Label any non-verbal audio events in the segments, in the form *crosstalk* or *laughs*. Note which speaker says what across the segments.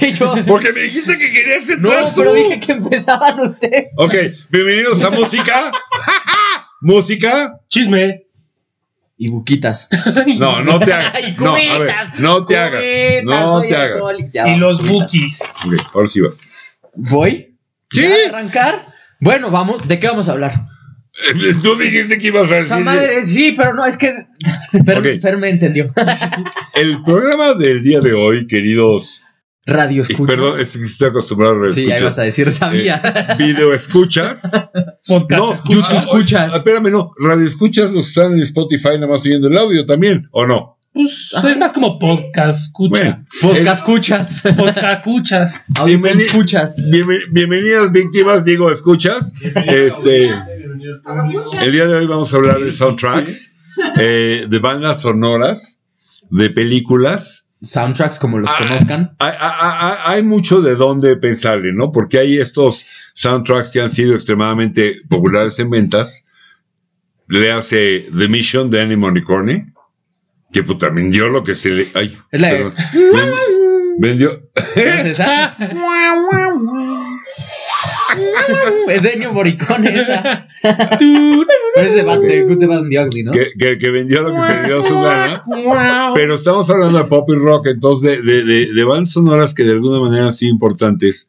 Speaker 1: ¿Qué
Speaker 2: *laughs*
Speaker 1: yo?
Speaker 2: Porque me dijiste que querías
Speaker 1: No,
Speaker 2: entrar
Speaker 1: pero
Speaker 2: tú.
Speaker 1: dije que empezaban ustedes.
Speaker 2: Ok, bienvenidos a música. *laughs* música.
Speaker 3: Chisme.
Speaker 1: Y buquitas.
Speaker 2: No, no te hagas.
Speaker 1: Y
Speaker 2: *laughs* No, a ver,
Speaker 1: cubetas,
Speaker 2: no te hagas.
Speaker 1: Cubetas,
Speaker 2: No
Speaker 1: soy
Speaker 2: te hagas.
Speaker 1: alcohólica. Ya
Speaker 3: Y
Speaker 1: va,
Speaker 3: los
Speaker 1: cubetas.
Speaker 3: bookies.
Speaker 2: Ok, ahora sí vas.
Speaker 1: ¿Voy?
Speaker 2: ¿Qué?
Speaker 1: ¿Ya ¿Arrancar? Bueno, vamos. ¿De qué vamos a hablar?
Speaker 2: Eh, Tú dijiste que ibas a
Speaker 1: Esa
Speaker 2: decir.
Speaker 1: madre, sí, pero no, es que. *laughs* Fer,
Speaker 2: Ok.
Speaker 1: Fer me entendió. *laughs*
Speaker 2: El programa del día de hoy, queridos.
Speaker 1: Radio
Speaker 2: y
Speaker 1: escucha.
Speaker 2: Perdón, es que estoy acostumbrado a los
Speaker 1: Sí, ya ibas
Speaker 2: escuchas. eh,
Speaker 1: a decir, sabía. *laughs*
Speaker 2: Video escuchas.
Speaker 3: *laughs* Podcast.
Speaker 2: No, Ah,
Speaker 3: escucha.
Speaker 1: YouTube escuchas.
Speaker 2: Espérame, no. Radio escuchas nos están en Spotify, nada más oyendo el audio también, ¿o no?
Speaker 3: Pues, es más como podcast. Escucha.
Speaker 2: Bueno.
Speaker 1: Podcast escuchas.
Speaker 3: Podcast. Escuchas.
Speaker 1: Audio
Speaker 2: Bienveni-
Speaker 1: escuchas.
Speaker 2: Bienve- bienvenidas víctimas, digo, escuchas. Este, el día de hoy vamos a hablar de soundtracks, eh, de bandas sonoras, de películas.
Speaker 1: Soundtracks como los
Speaker 2: Ah.
Speaker 1: conozcan.
Speaker 2: Hay, hay- hay- hay mucho de dónde pensarle, ¿no? Porque hay estos soundtracks que han sido extremadamente populares en ventas. Le hace The Mission de Annie Monicorne, que pues también dio lo que se le. Ay,
Speaker 1: Es la de-
Speaker 2: perdón. Ven- vendió.
Speaker 1: ¿No es esa? es de Ennio Morricone esa.
Speaker 3: *laughs* Tú-
Speaker 1: Pero es de, Bad, de Good, the Bad and the Ugly, ¿no?
Speaker 2: que, que- que vendió lo que se dio su gana. Pero estamos hablando de pop y rock, entonces de, de, de- de bandas sonoras que de alguna manera han sido importantes.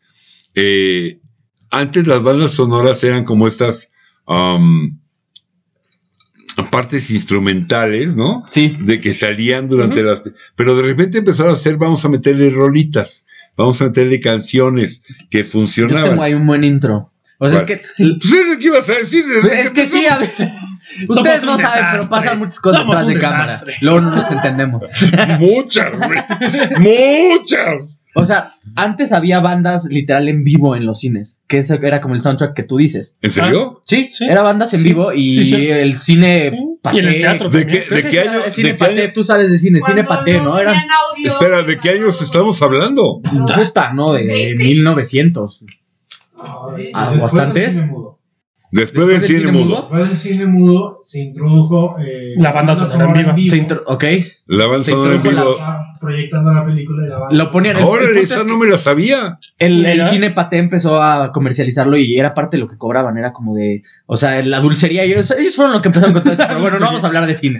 Speaker 2: Eh, antes las bandas sonoras eran como estas am, partes instrumentales, ¿no?
Speaker 1: Sí.
Speaker 2: de que salían durante las... Pero de repente empezaron a hacer, vamos a meterle rolitas, vamos a meterle canciones que
Speaker 1: Yo tengo
Speaker 2: funcionaban.
Speaker 1: ahí un buen intro. O sea, es que.
Speaker 2: Pues es lo que ibas a decir. desde
Speaker 1: Es que
Speaker 2: empezó.
Speaker 1: sí, a ver. *laughs*
Speaker 3: Somos
Speaker 1: Ustedes
Speaker 3: un
Speaker 1: no saben,
Speaker 3: desastre.
Speaker 1: pero pasan muchas cosas
Speaker 3: Somos
Speaker 1: detrás
Speaker 3: un
Speaker 1: de cámara.
Speaker 3: desastre.
Speaker 1: Luego no nos entendemos.
Speaker 2: Muchas, güey. muchas.
Speaker 1: O sea, antes había bandas literal en vivo en los cines, que ese era como el soundtrack que tú dices.
Speaker 2: ¿En serio?
Speaker 1: Sí,
Speaker 3: Sí.
Speaker 1: era bandas en
Speaker 3: Sí.
Speaker 1: vivo y
Speaker 3: Sí, cierto.
Speaker 1: el cine paté.
Speaker 3: Y en el teatro
Speaker 2: ¿De
Speaker 3: también.
Speaker 2: qué, de qué año?
Speaker 1: El
Speaker 2: de
Speaker 1: cine
Speaker 2: qué
Speaker 1: paté,
Speaker 2: año-
Speaker 1: tú sabes de cine, cine paté, ¿no? Era
Speaker 2: espera, ¿de qué años estamos hablando?
Speaker 4: Ah.
Speaker 1: puta, ¿no? De 1900. Ah, bastantes.
Speaker 2: Después, del cine, mudo.
Speaker 5: Después del cine mudo se introdujo eh,
Speaker 3: La banda sonora en vivo.
Speaker 1: Se intro- ok.
Speaker 2: La banda
Speaker 1: Se
Speaker 2: sonora en
Speaker 1: introdujo
Speaker 2: vivo.
Speaker 5: Ah, proyectando la película de la banda.
Speaker 1: Lo ponían en el,
Speaker 2: Órale,
Speaker 1: punto es
Speaker 2: esa
Speaker 1: que
Speaker 2: no me la sabía.
Speaker 1: el, el
Speaker 3: Mira.
Speaker 1: cine paté empezó a comercializarlo y era parte de lo que cobraban, era como de, o sea, la dulcería, y ellos, ellos fueron los que empezaron con todo eso, pero bueno, no vamos a hablar de cine.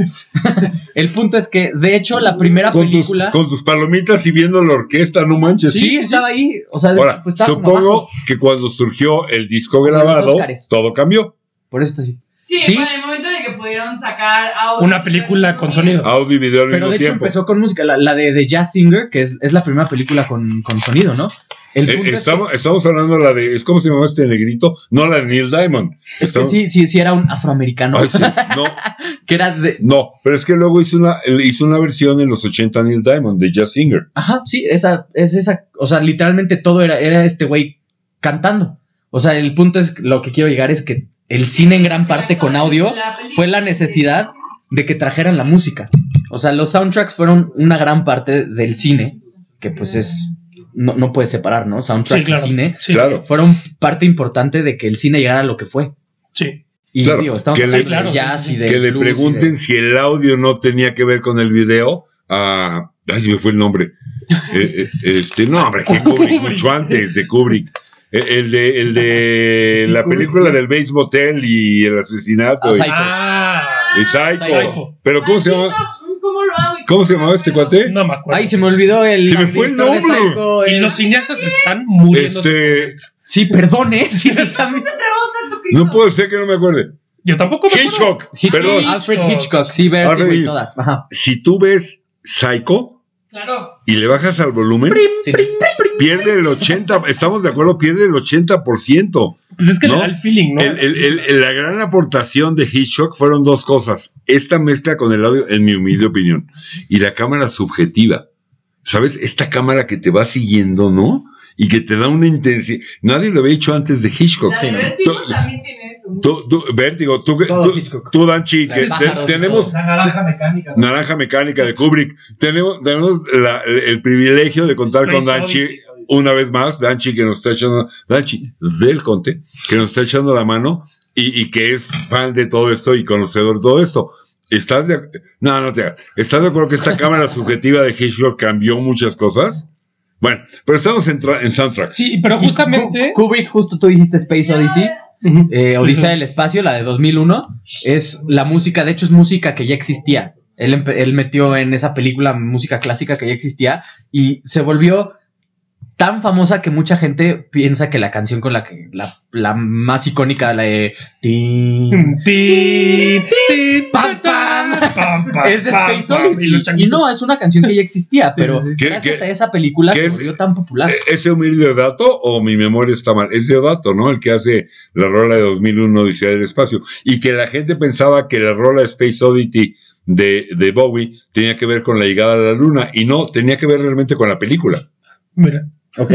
Speaker 1: *laughs* el punto es que, de hecho, la primera
Speaker 2: Con tus,
Speaker 1: película...
Speaker 2: con tus palomitas y viendo la orquesta, no manches.
Speaker 1: Sí, estaba ahí, o sea, de
Speaker 2: Ahora,
Speaker 1: hecho, pues, estaba como abajo.
Speaker 2: supongo que cuando surgió el disco
Speaker 1: los
Speaker 2: grabado,
Speaker 1: Óscares.
Speaker 2: todo cambió.
Speaker 1: Por eso está así.
Speaker 4: Sí,
Speaker 1: Sí.
Speaker 4: bueno, en el momento en el que pudieron sacar audio-
Speaker 3: Una película con sonido.
Speaker 2: Audio y video al
Speaker 1: Pero
Speaker 2: mismo
Speaker 1: de hecho
Speaker 2: tiempo.
Speaker 1: empezó con música, la, la de The Jazz Singer, que es, es la primera película con, con sonido, ¿no? El
Speaker 2: Eh,
Speaker 1: punto este. es
Speaker 2: estamos, estamos hablando la de. ¿Cómo se llamaba este negrito? No la de Neil Diamond.
Speaker 1: Es que
Speaker 2: Estamos-
Speaker 1: sí, sí, sí era un afroamericano.
Speaker 2: Ay, sí, no,
Speaker 1: Que era de.
Speaker 2: no, pero es que luego hizo una, hizo una versión en los 80 Neil Diamond de Jazz Singer.
Speaker 1: Ajá, sí, esa, es esa. O sea, literalmente todo era, era este güey cantando. O sea, el punto es, lo que quiero llegar es que el cine en gran parte con audio fue la necesidad de que trajeran la música. O sea, los soundtracks fueron una gran parte del cine, que pues es. No, no puedes separar, ¿no? Soundtrack
Speaker 3: Sí, claro.
Speaker 1: y cine.
Speaker 3: Sí,
Speaker 2: claro.
Speaker 1: Fueron parte importante de que el cine llegara a lo que fue.
Speaker 3: Sí.
Speaker 1: Y
Speaker 2: Claro,
Speaker 1: digo, estamos
Speaker 2: que le-
Speaker 1: hablando
Speaker 3: Claro,
Speaker 1: de
Speaker 3: sí,
Speaker 1: jazz
Speaker 3: sí,
Speaker 1: y
Speaker 3: sí.
Speaker 1: de.
Speaker 2: que le
Speaker 1: blues y de-
Speaker 2: pregunten si el audio no tenía que ver con el video. A, ay, se me fue el nombre. Eh, eh, este, no, hombre, que Kubrick, mucho antes de Kubrick. Eh, El de, el de
Speaker 1: Sí,
Speaker 2: la
Speaker 1: Kubrick,
Speaker 2: película
Speaker 1: sí.
Speaker 2: del Bates Motel y el asesinato.
Speaker 1: Ah,
Speaker 2: y-
Speaker 1: Psycho.
Speaker 3: Ah.
Speaker 2: y Psycho.
Speaker 3: Psycho.
Speaker 2: Pero ¿cómo se llama?
Speaker 4: ¿Cómo lo hago?
Speaker 2: ¿Cómo se llamaba este cuate?
Speaker 3: No me acuerdo.
Speaker 1: Ay, se me olvidó el.
Speaker 2: Se me fue el
Speaker 1: director de
Speaker 2: nombre.
Speaker 1: Psycho,
Speaker 3: Y
Speaker 1: el-
Speaker 3: los cineastas están muriendo.
Speaker 2: Este,
Speaker 1: Sí, perdone. Sí, les am-
Speaker 4: ¿Cómo se atrevó a usar tu Cristo?
Speaker 2: no puedo ser que no me acuerde.
Speaker 3: Yo tampoco me acuerdo.
Speaker 2: Hitchcock, perdón.
Speaker 1: Alfred Hitchcock, sí, Vertigo
Speaker 2: Alfred
Speaker 1: y
Speaker 2: Hitchcock.
Speaker 1: todas. Ajá.
Speaker 2: Si tú ves Psycho
Speaker 4: Claro.
Speaker 2: y le bajas al volumen,
Speaker 1: Sí.
Speaker 2: pierde el 80, estamos de acuerdo, pierde el 80%.
Speaker 3: Pues es que
Speaker 2: ¿No?
Speaker 3: le da el feeling, ¿no?
Speaker 2: El- el- el- el- la gran aportación de Hitchcock fueron dos cosas. Esta mezcla con el audio, en mi humilde opinión, y la cámara subjetiva. ¿Sabes? Esta cámara que te va siguiendo, ¿no? Y que te da una intensidad. Nadie lo había hecho antes de Hitchcock.
Speaker 4: La
Speaker 1: sí,
Speaker 4: de
Speaker 1: ¿no?
Speaker 4: Vertigo
Speaker 2: Tú-
Speaker 4: también tiene eso.
Speaker 2: Tú, tú, vértigo, tú, que-
Speaker 1: Todo
Speaker 2: tú,
Speaker 1: Hitchcock.
Speaker 2: tú, Danchi,
Speaker 1: La
Speaker 2: que
Speaker 1: de
Speaker 2: te-
Speaker 1: pájaros y
Speaker 2: tenemos,
Speaker 1: todo.
Speaker 5: La naranja mecánica. ¿no?
Speaker 2: Naranja Mecánica de Kubrick. Tenemos, tenemos la- el, el privilegio de contar con
Speaker 3: Space
Speaker 2: Danchi
Speaker 3: Oddity.
Speaker 2: una vez más. Danchi que nos está echando, Danchi del Conte, que nos está echando la mano y, y que es fan de todo esto y conocedor de todo esto. ¿Estás de, ac- no, no te hagas. ¿Estás de acuerdo que esta cámara subjetiva de Hitchcock cambió muchas cosas? Bueno, pero estamos en, tra- en soundtrack.
Speaker 3: Sí, pero
Speaker 1: Y
Speaker 3: justamente.
Speaker 1: Ku- Kubrick, justo tú dijiste Space Odyssey.
Speaker 3: Ujú.
Speaker 1: eh,
Speaker 3: Sí,
Speaker 1: Odisea
Speaker 3: sí.
Speaker 1: del Espacio, la de 2001, es la música, de hecho es música que ya existía. Él, empe- él metió en esa película música clásica que ya existía y se volvió tan famosa que mucha gente piensa que la canción con la que la, la más icónica, la de... Tin,
Speaker 3: Tin, tin,
Speaker 1: pam, pam.
Speaker 3: pam, pam,
Speaker 1: es de
Speaker 3: pam,
Speaker 1: Space
Speaker 3: pam, y
Speaker 1: Odyssey.
Speaker 3: los changuitos.
Speaker 1: Y no, es una canción que ya existía, pero
Speaker 5: sí, sí.
Speaker 2: ¿Qué-
Speaker 1: gracias
Speaker 2: qué-
Speaker 1: a esa película
Speaker 2: qué
Speaker 1: se
Speaker 2: es?
Speaker 1: volvió tan popular.
Speaker 2: ¿E- ¿Es Eumir Deodato o mi memoria está mal? Es Deodato, ¿no? El que hace la rola de 2001 Odisea del Espacio. Y que la gente pensaba que la rola Space Oddity de, de Bowie tenía que ver con la llegada a la luna. Y no, tenía que ver realmente con la película.
Speaker 3: Mira,
Speaker 1: Ok.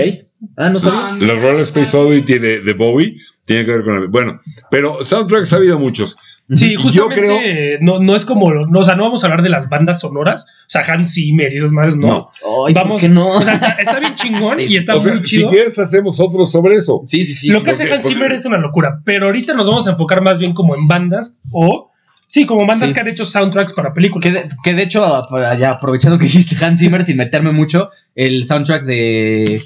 Speaker 1: Ah, no sabía.
Speaker 2: La rola Space Oddity de, de Bowie tenía que ver con la... Bueno, pero soundtracks ha habido muchos.
Speaker 3: Sí,
Speaker 2: Yo
Speaker 3: justamente
Speaker 2: creo-
Speaker 3: eh, no, no es como, no, o sea, no vamos a hablar de las bandas sonoras, o sea, Hans Zimmer y esas madres, no.
Speaker 2: No.
Speaker 1: Ay, ¿por
Speaker 3: Vamos.
Speaker 1: qué no?
Speaker 3: O sea, está, está bien chingón
Speaker 1: Sí,
Speaker 3: y está
Speaker 2: o sea,
Speaker 3: muy
Speaker 2: si
Speaker 3: chido.
Speaker 2: quieres hacemos otro sobre eso.
Speaker 1: Sí, sí, sí.
Speaker 3: Lo que
Speaker 2: porque-
Speaker 3: hace Hans
Speaker 2: porque-
Speaker 3: Zimmer es una locura, pero ahorita nos vamos a enfocar más bien como en bandas o, sí, como bandas
Speaker 1: Sí.
Speaker 3: que han hecho soundtracks para
Speaker 1: Que
Speaker 3: películas.
Speaker 1: de, que de hecho, para ya aprovechando que dijiste Hans Zimmer, sin meterme mucho, el soundtrack de,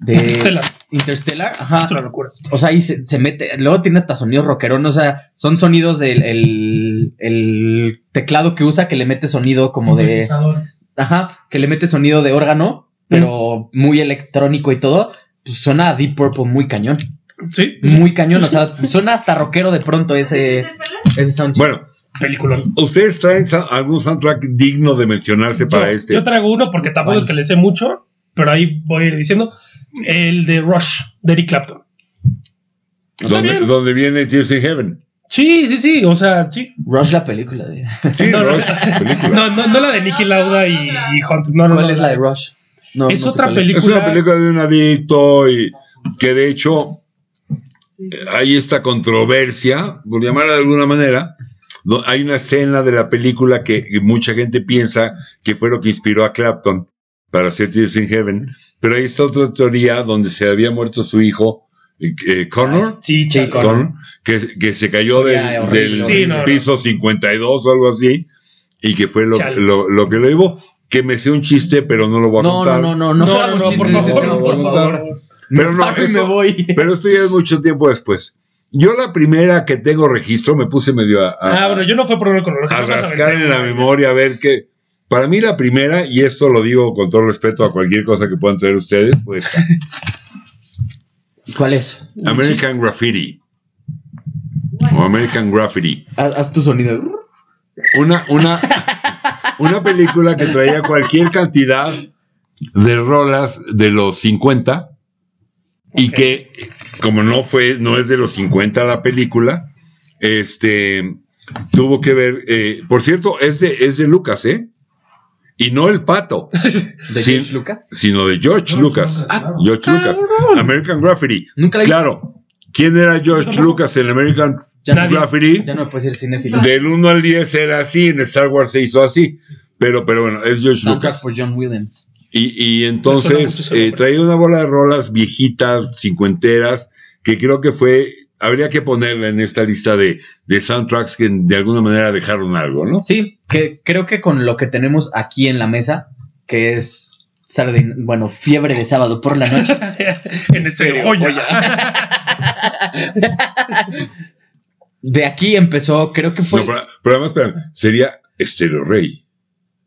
Speaker 1: de
Speaker 3: Interstellar,
Speaker 1: Interstellar, ajá,
Speaker 3: es Este una locura.
Speaker 1: o sea, ahí se, se mete, luego tiene hasta sonidos rockerón, o sea, son sonidos del el, el teclado que usa que le mete sonido como de,
Speaker 5: Sintetizadores.
Speaker 1: ajá, que le mete sonido de órgano, pero
Speaker 3: Mm.
Speaker 1: muy electrónico y todo, pues suena a Deep Purple muy cañón,
Speaker 3: Sí,
Speaker 1: muy cañón, o
Speaker 3: *laughs*
Speaker 1: sea, suena hasta rockero de pronto ese, ese soundtrack.
Speaker 2: Bueno,
Speaker 3: película.
Speaker 2: ¿ustedes traen sa- algún soundtrack digno de mencionarse para
Speaker 3: yo,
Speaker 2: este?
Speaker 3: yo traigo uno porque tampoco es que le sé mucho, pero ahí voy a ir diciendo. El de Rush, de Eric Clapton. Está
Speaker 2: donde,
Speaker 3: bien.
Speaker 2: donde viene Tears in Heaven.
Speaker 3: Sí, sí, sí, o sea, sí.
Speaker 1: Rush la película de...
Speaker 2: Sí,
Speaker 3: *laughs* No, no.
Speaker 2: Rush, película.
Speaker 3: No, no, no la de Nicky Lauda y, y Hunt. No, no,
Speaker 1: ¿Cuál
Speaker 3: no,
Speaker 1: es la de Rush? No,
Speaker 3: Es
Speaker 1: no sé
Speaker 3: otra
Speaker 1: cuál es.
Speaker 2: Es una película de un adicto y que de hecho eh, hay esta controversia, por llamarla de alguna manera. do- Hay una escena de la película que mucha gente piensa que fue lo que inspiró a Clapton para hacer Tears in Heaven, pero hay esta otra teoría donde se había muerto su hijo, eh, eh, Connor,
Speaker 3: Ah, Sí,
Speaker 1: Sí,
Speaker 3: chale.
Speaker 1: con-
Speaker 2: Connor, que, que se cayó del,
Speaker 1: Ya, horrible,
Speaker 2: del
Speaker 3: horrible. Sí, no, no.
Speaker 2: piso 52 o algo así, y que fue lo,
Speaker 3: Chale.
Speaker 2: lo- lo que lo llevó. Que me sé un chiste, pero no lo voy a
Speaker 1: No,
Speaker 2: contar.
Speaker 1: no, no, no,
Speaker 3: No,
Speaker 1: no,
Speaker 3: no,
Speaker 1: hagamos
Speaker 3: no, por
Speaker 1: chistes de
Speaker 3: favor,
Speaker 1: ese
Speaker 3: no,
Speaker 1: tipo,
Speaker 3: por
Speaker 1: por
Speaker 3: favor.
Speaker 1: favor.
Speaker 2: Pero
Speaker 1: Me
Speaker 2: no,
Speaker 1: paro y
Speaker 2: eso-
Speaker 1: me voy.
Speaker 2: Pero esto ya es mucho tiempo después. Yo la primera que tengo registro me puse medio a, a-
Speaker 3: Ah, bueno, yo no fue por orden cronológico,
Speaker 2: a
Speaker 3: no vas a
Speaker 2: rascar
Speaker 3: meter
Speaker 2: en la
Speaker 3: una. ¿eh?
Speaker 2: memoria a ver qué. Para mí la primera, y esto lo digo con todo respeto a cualquier cosa que puedan traer ustedes, fue esta.
Speaker 1: ¿Cuál es?
Speaker 2: American Graffiti o American Graffiti.
Speaker 1: Haz, haz tu sonido.
Speaker 2: Una, una, una película que traía cualquier cantidad de rolas de los 50 y
Speaker 3: Ok.
Speaker 2: que como no fue, no es de los 50 la película, este tuvo que ver, eh, por cierto, es de, es de Lucas, ¿eh? Y no el pato,
Speaker 1: ¿De
Speaker 2: Sí.
Speaker 1: George Lucas?
Speaker 2: sino de George
Speaker 5: George
Speaker 2: Lucas.
Speaker 5: Lucas, Ah, claro.
Speaker 2: George Lucas. American Graffiti.
Speaker 1: Nunca la vi.
Speaker 2: Claro. ¿Quién era George
Speaker 3: Yo tampoco.
Speaker 2: Lucas en American
Speaker 1: Ya, no,
Speaker 3: Nadie.
Speaker 2: Graffiti?
Speaker 1: ya no me puedes decir cinéfilo.
Speaker 2: Del 1 al 10 era así, en Star Wars se hizo así. Pero, pero bueno, es George
Speaker 1: Lucas
Speaker 2: Lucas.
Speaker 1: por John Williams.
Speaker 2: Y, y
Speaker 3: Me suena mucho
Speaker 2: entonces
Speaker 3: ese
Speaker 2: eh,
Speaker 3: nombre.
Speaker 2: traía una bola de rolas viejitas, cincuenteras, que creo que fue, habría que ponerla en esta lista de, de soundtracks que de alguna manera dejaron algo, ¿no?
Speaker 1: Sí, que creo que con lo que tenemos aquí en la mesa, que es Saturday, bueno, fiebre de sábado por la noche.
Speaker 3: en este joya.
Speaker 1: De aquí empezó, creo que fue.
Speaker 2: No, pero, pero además, espera, sería Estéreo Rey,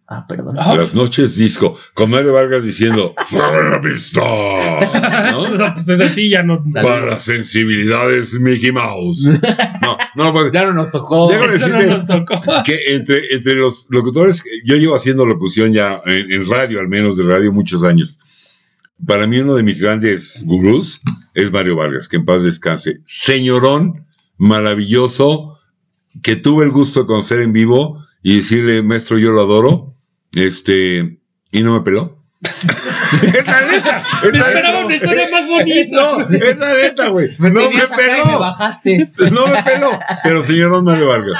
Speaker 1: Ah, perdón.
Speaker 3: Ajá.
Speaker 2: Las Noches Disco, con Mario Vargas diciendo, ¡Fuera la pista!
Speaker 1: *laughs*
Speaker 2: ¿no?
Speaker 3: *laughs* No, pues es así, ya no.
Speaker 1: Sal-
Speaker 2: Para sensibilidades
Speaker 1: *laughs*
Speaker 2: Mickey Mouse. No, no, pues,
Speaker 1: Ya no nos tocó.
Speaker 2: Déjame
Speaker 3: Eso no
Speaker 2: *laughs* decirte-
Speaker 3: nos tocó.
Speaker 2: que entre, entre los locutores, yo llevo haciendo locución ya en, en radio, al menos de radio, muchos años. Para mí uno de mis grandes gurús es Mario Vargas, que en paz descanse. Señorón maravilloso, que tuve el gusto de conocer en vivo y decirle, maestro, yo lo adoro, este, y no me peló. *laughs* es la neta, es
Speaker 3: Me
Speaker 2: la
Speaker 3: esperaba una
Speaker 2: neta. *laughs*
Speaker 3: historia más bonita.
Speaker 2: No, es la neta, güey.
Speaker 1: Me
Speaker 2: No me
Speaker 1: tenías acá y me
Speaker 2: peló.
Speaker 1: bajaste.
Speaker 2: No me peló. Pero señorón Mario Vargas.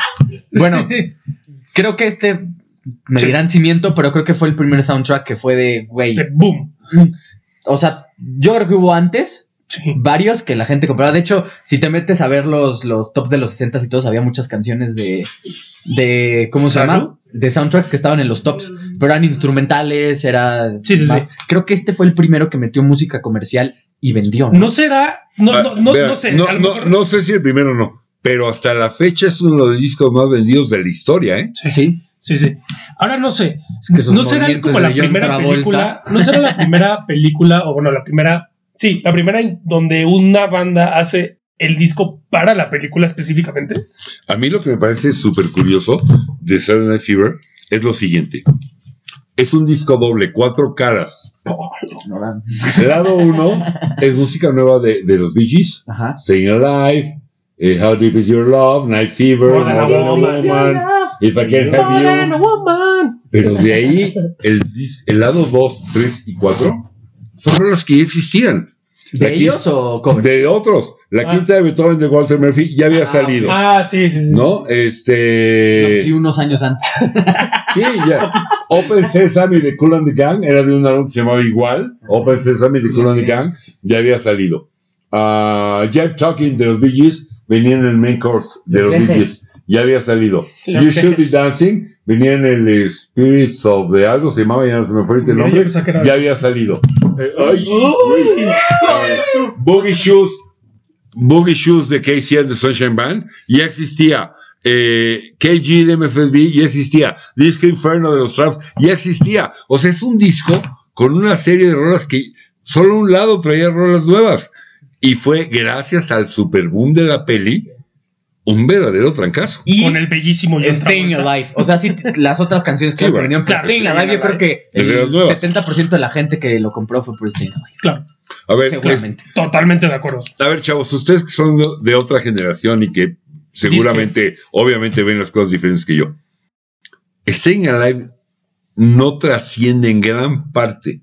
Speaker 1: Bueno, creo que este me
Speaker 3: Sí.
Speaker 1: dirán cimiento, pero creo que fue el primer soundtrack que fue de güey.
Speaker 3: De boom.
Speaker 1: O sea, yo creo que hubo antes,
Speaker 3: Sí.
Speaker 1: varios que la gente compraba. De hecho, si te metes a ver los, los tops de los 60 y todos, había muchas canciones de, de ¿cómo se llama? De soundtracks que estaban en los tops. Pero eran instrumentales, era...
Speaker 3: Sí, sí,
Speaker 1: más.
Speaker 3: sí.
Speaker 1: Creo que este fue el primero que metió música comercial y vendió. ¿no?
Speaker 3: No será. No,
Speaker 2: Ah,
Speaker 3: no, no,
Speaker 2: vea,
Speaker 3: no sé.
Speaker 2: No,
Speaker 3: a lo
Speaker 2: no-
Speaker 3: mejor-
Speaker 2: no sé si el primero no, pero hasta la fecha es uno de los discos más vendidos de la historia, ¿eh?
Speaker 1: Sí.
Speaker 3: Sí, sí. Ahora no sé.
Speaker 1: que sus
Speaker 3: no será
Speaker 1: movimientos
Speaker 3: como
Speaker 1: de
Speaker 3: la
Speaker 1: John
Speaker 3: primera
Speaker 1: Travolta.
Speaker 3: película. No será la primera película, o bueno, la primera. Sí, la primera en donde una banda hace el disco para la película específicamente.
Speaker 2: A mí lo que me parece súper curioso de Saturday Night Fever es lo siguiente. Es un disco doble, cuatro caras.
Speaker 1: No dan.
Speaker 2: Lado uno es música nueva de, de los Bee Gees.
Speaker 1: Ajá.
Speaker 2: Sing Alive, eh, How Deep Is Your Love, Night Fever,
Speaker 3: More Than a
Speaker 2: Modern
Speaker 3: Woman.
Speaker 2: Woman, If I Can Have You. Pero de ahí, el, dis- el lado 2, 3 y 4 son los que ya existían.
Speaker 1: ¿De
Speaker 2: Aquí-
Speaker 1: ellos o cover?
Speaker 2: De otros. La
Speaker 3: Ah.
Speaker 2: quinta de Beethoven de Walter Murphy ya había
Speaker 1: Ah,
Speaker 2: salido.
Speaker 3: Ah, sí, sí, sí.
Speaker 2: ¿No? Este.
Speaker 1: sí, unos años antes.
Speaker 2: Sí, ya. Open Sesame de Cool and the Gang era de un álbum que se llamaba igual. Open Sesame de Cool and the Gang ya había salido. Ah, Jeff Talking de los Bee Gees venía en el main course de los
Speaker 1: Los
Speaker 2: Bee
Speaker 1: jefes.
Speaker 2: Gees. Ya había salido.
Speaker 3: Los
Speaker 2: you Should Be
Speaker 3: jefes.
Speaker 2: Dancing venía en el Spirits of the algo, se llamaba, ya no se me fue ahorita el
Speaker 3: Mira, yo
Speaker 2: nombre.
Speaker 3: pensaba que era-
Speaker 2: Ya había salido. Eh, ay,
Speaker 3: Uy.
Speaker 2: güey. Eh, Boogie Shoes. Boogie Shoes de KC and the Sunshine Band ya existía. Eh, KG de MFSB ya existía. Disco Inferno de los Traps ya existía. O sea, es un disco con una serie de rolas que solo un lado traía rolas nuevas. Y fue gracias al superboom de la peli un verdadero trancazo.
Speaker 1: Y
Speaker 3: Con el bellísimo John
Speaker 1: Staying
Speaker 3: Travolta.
Speaker 1: Alive. O sea, sí, t- las otras canciones que
Speaker 2: Sí,
Speaker 1: venían
Speaker 2: bueno.
Speaker 1: por
Speaker 3: Claro,
Speaker 1: Staying
Speaker 3: Staying
Speaker 1: Alive, yo creo
Speaker 3: Alive.
Speaker 1: que
Speaker 2: De
Speaker 1: el
Speaker 2: las nuevas.
Speaker 1: 70% de la gente que lo compró fue por Staying Alive.
Speaker 3: Claro,
Speaker 2: A ver, pues,
Speaker 1: seguramente.
Speaker 3: totalmente de acuerdo.
Speaker 2: A ver, chavos, ustedes que son de otra generación y que seguramente, obviamente ven las cosas diferentes que yo. Staying Alive no trasciende en gran parte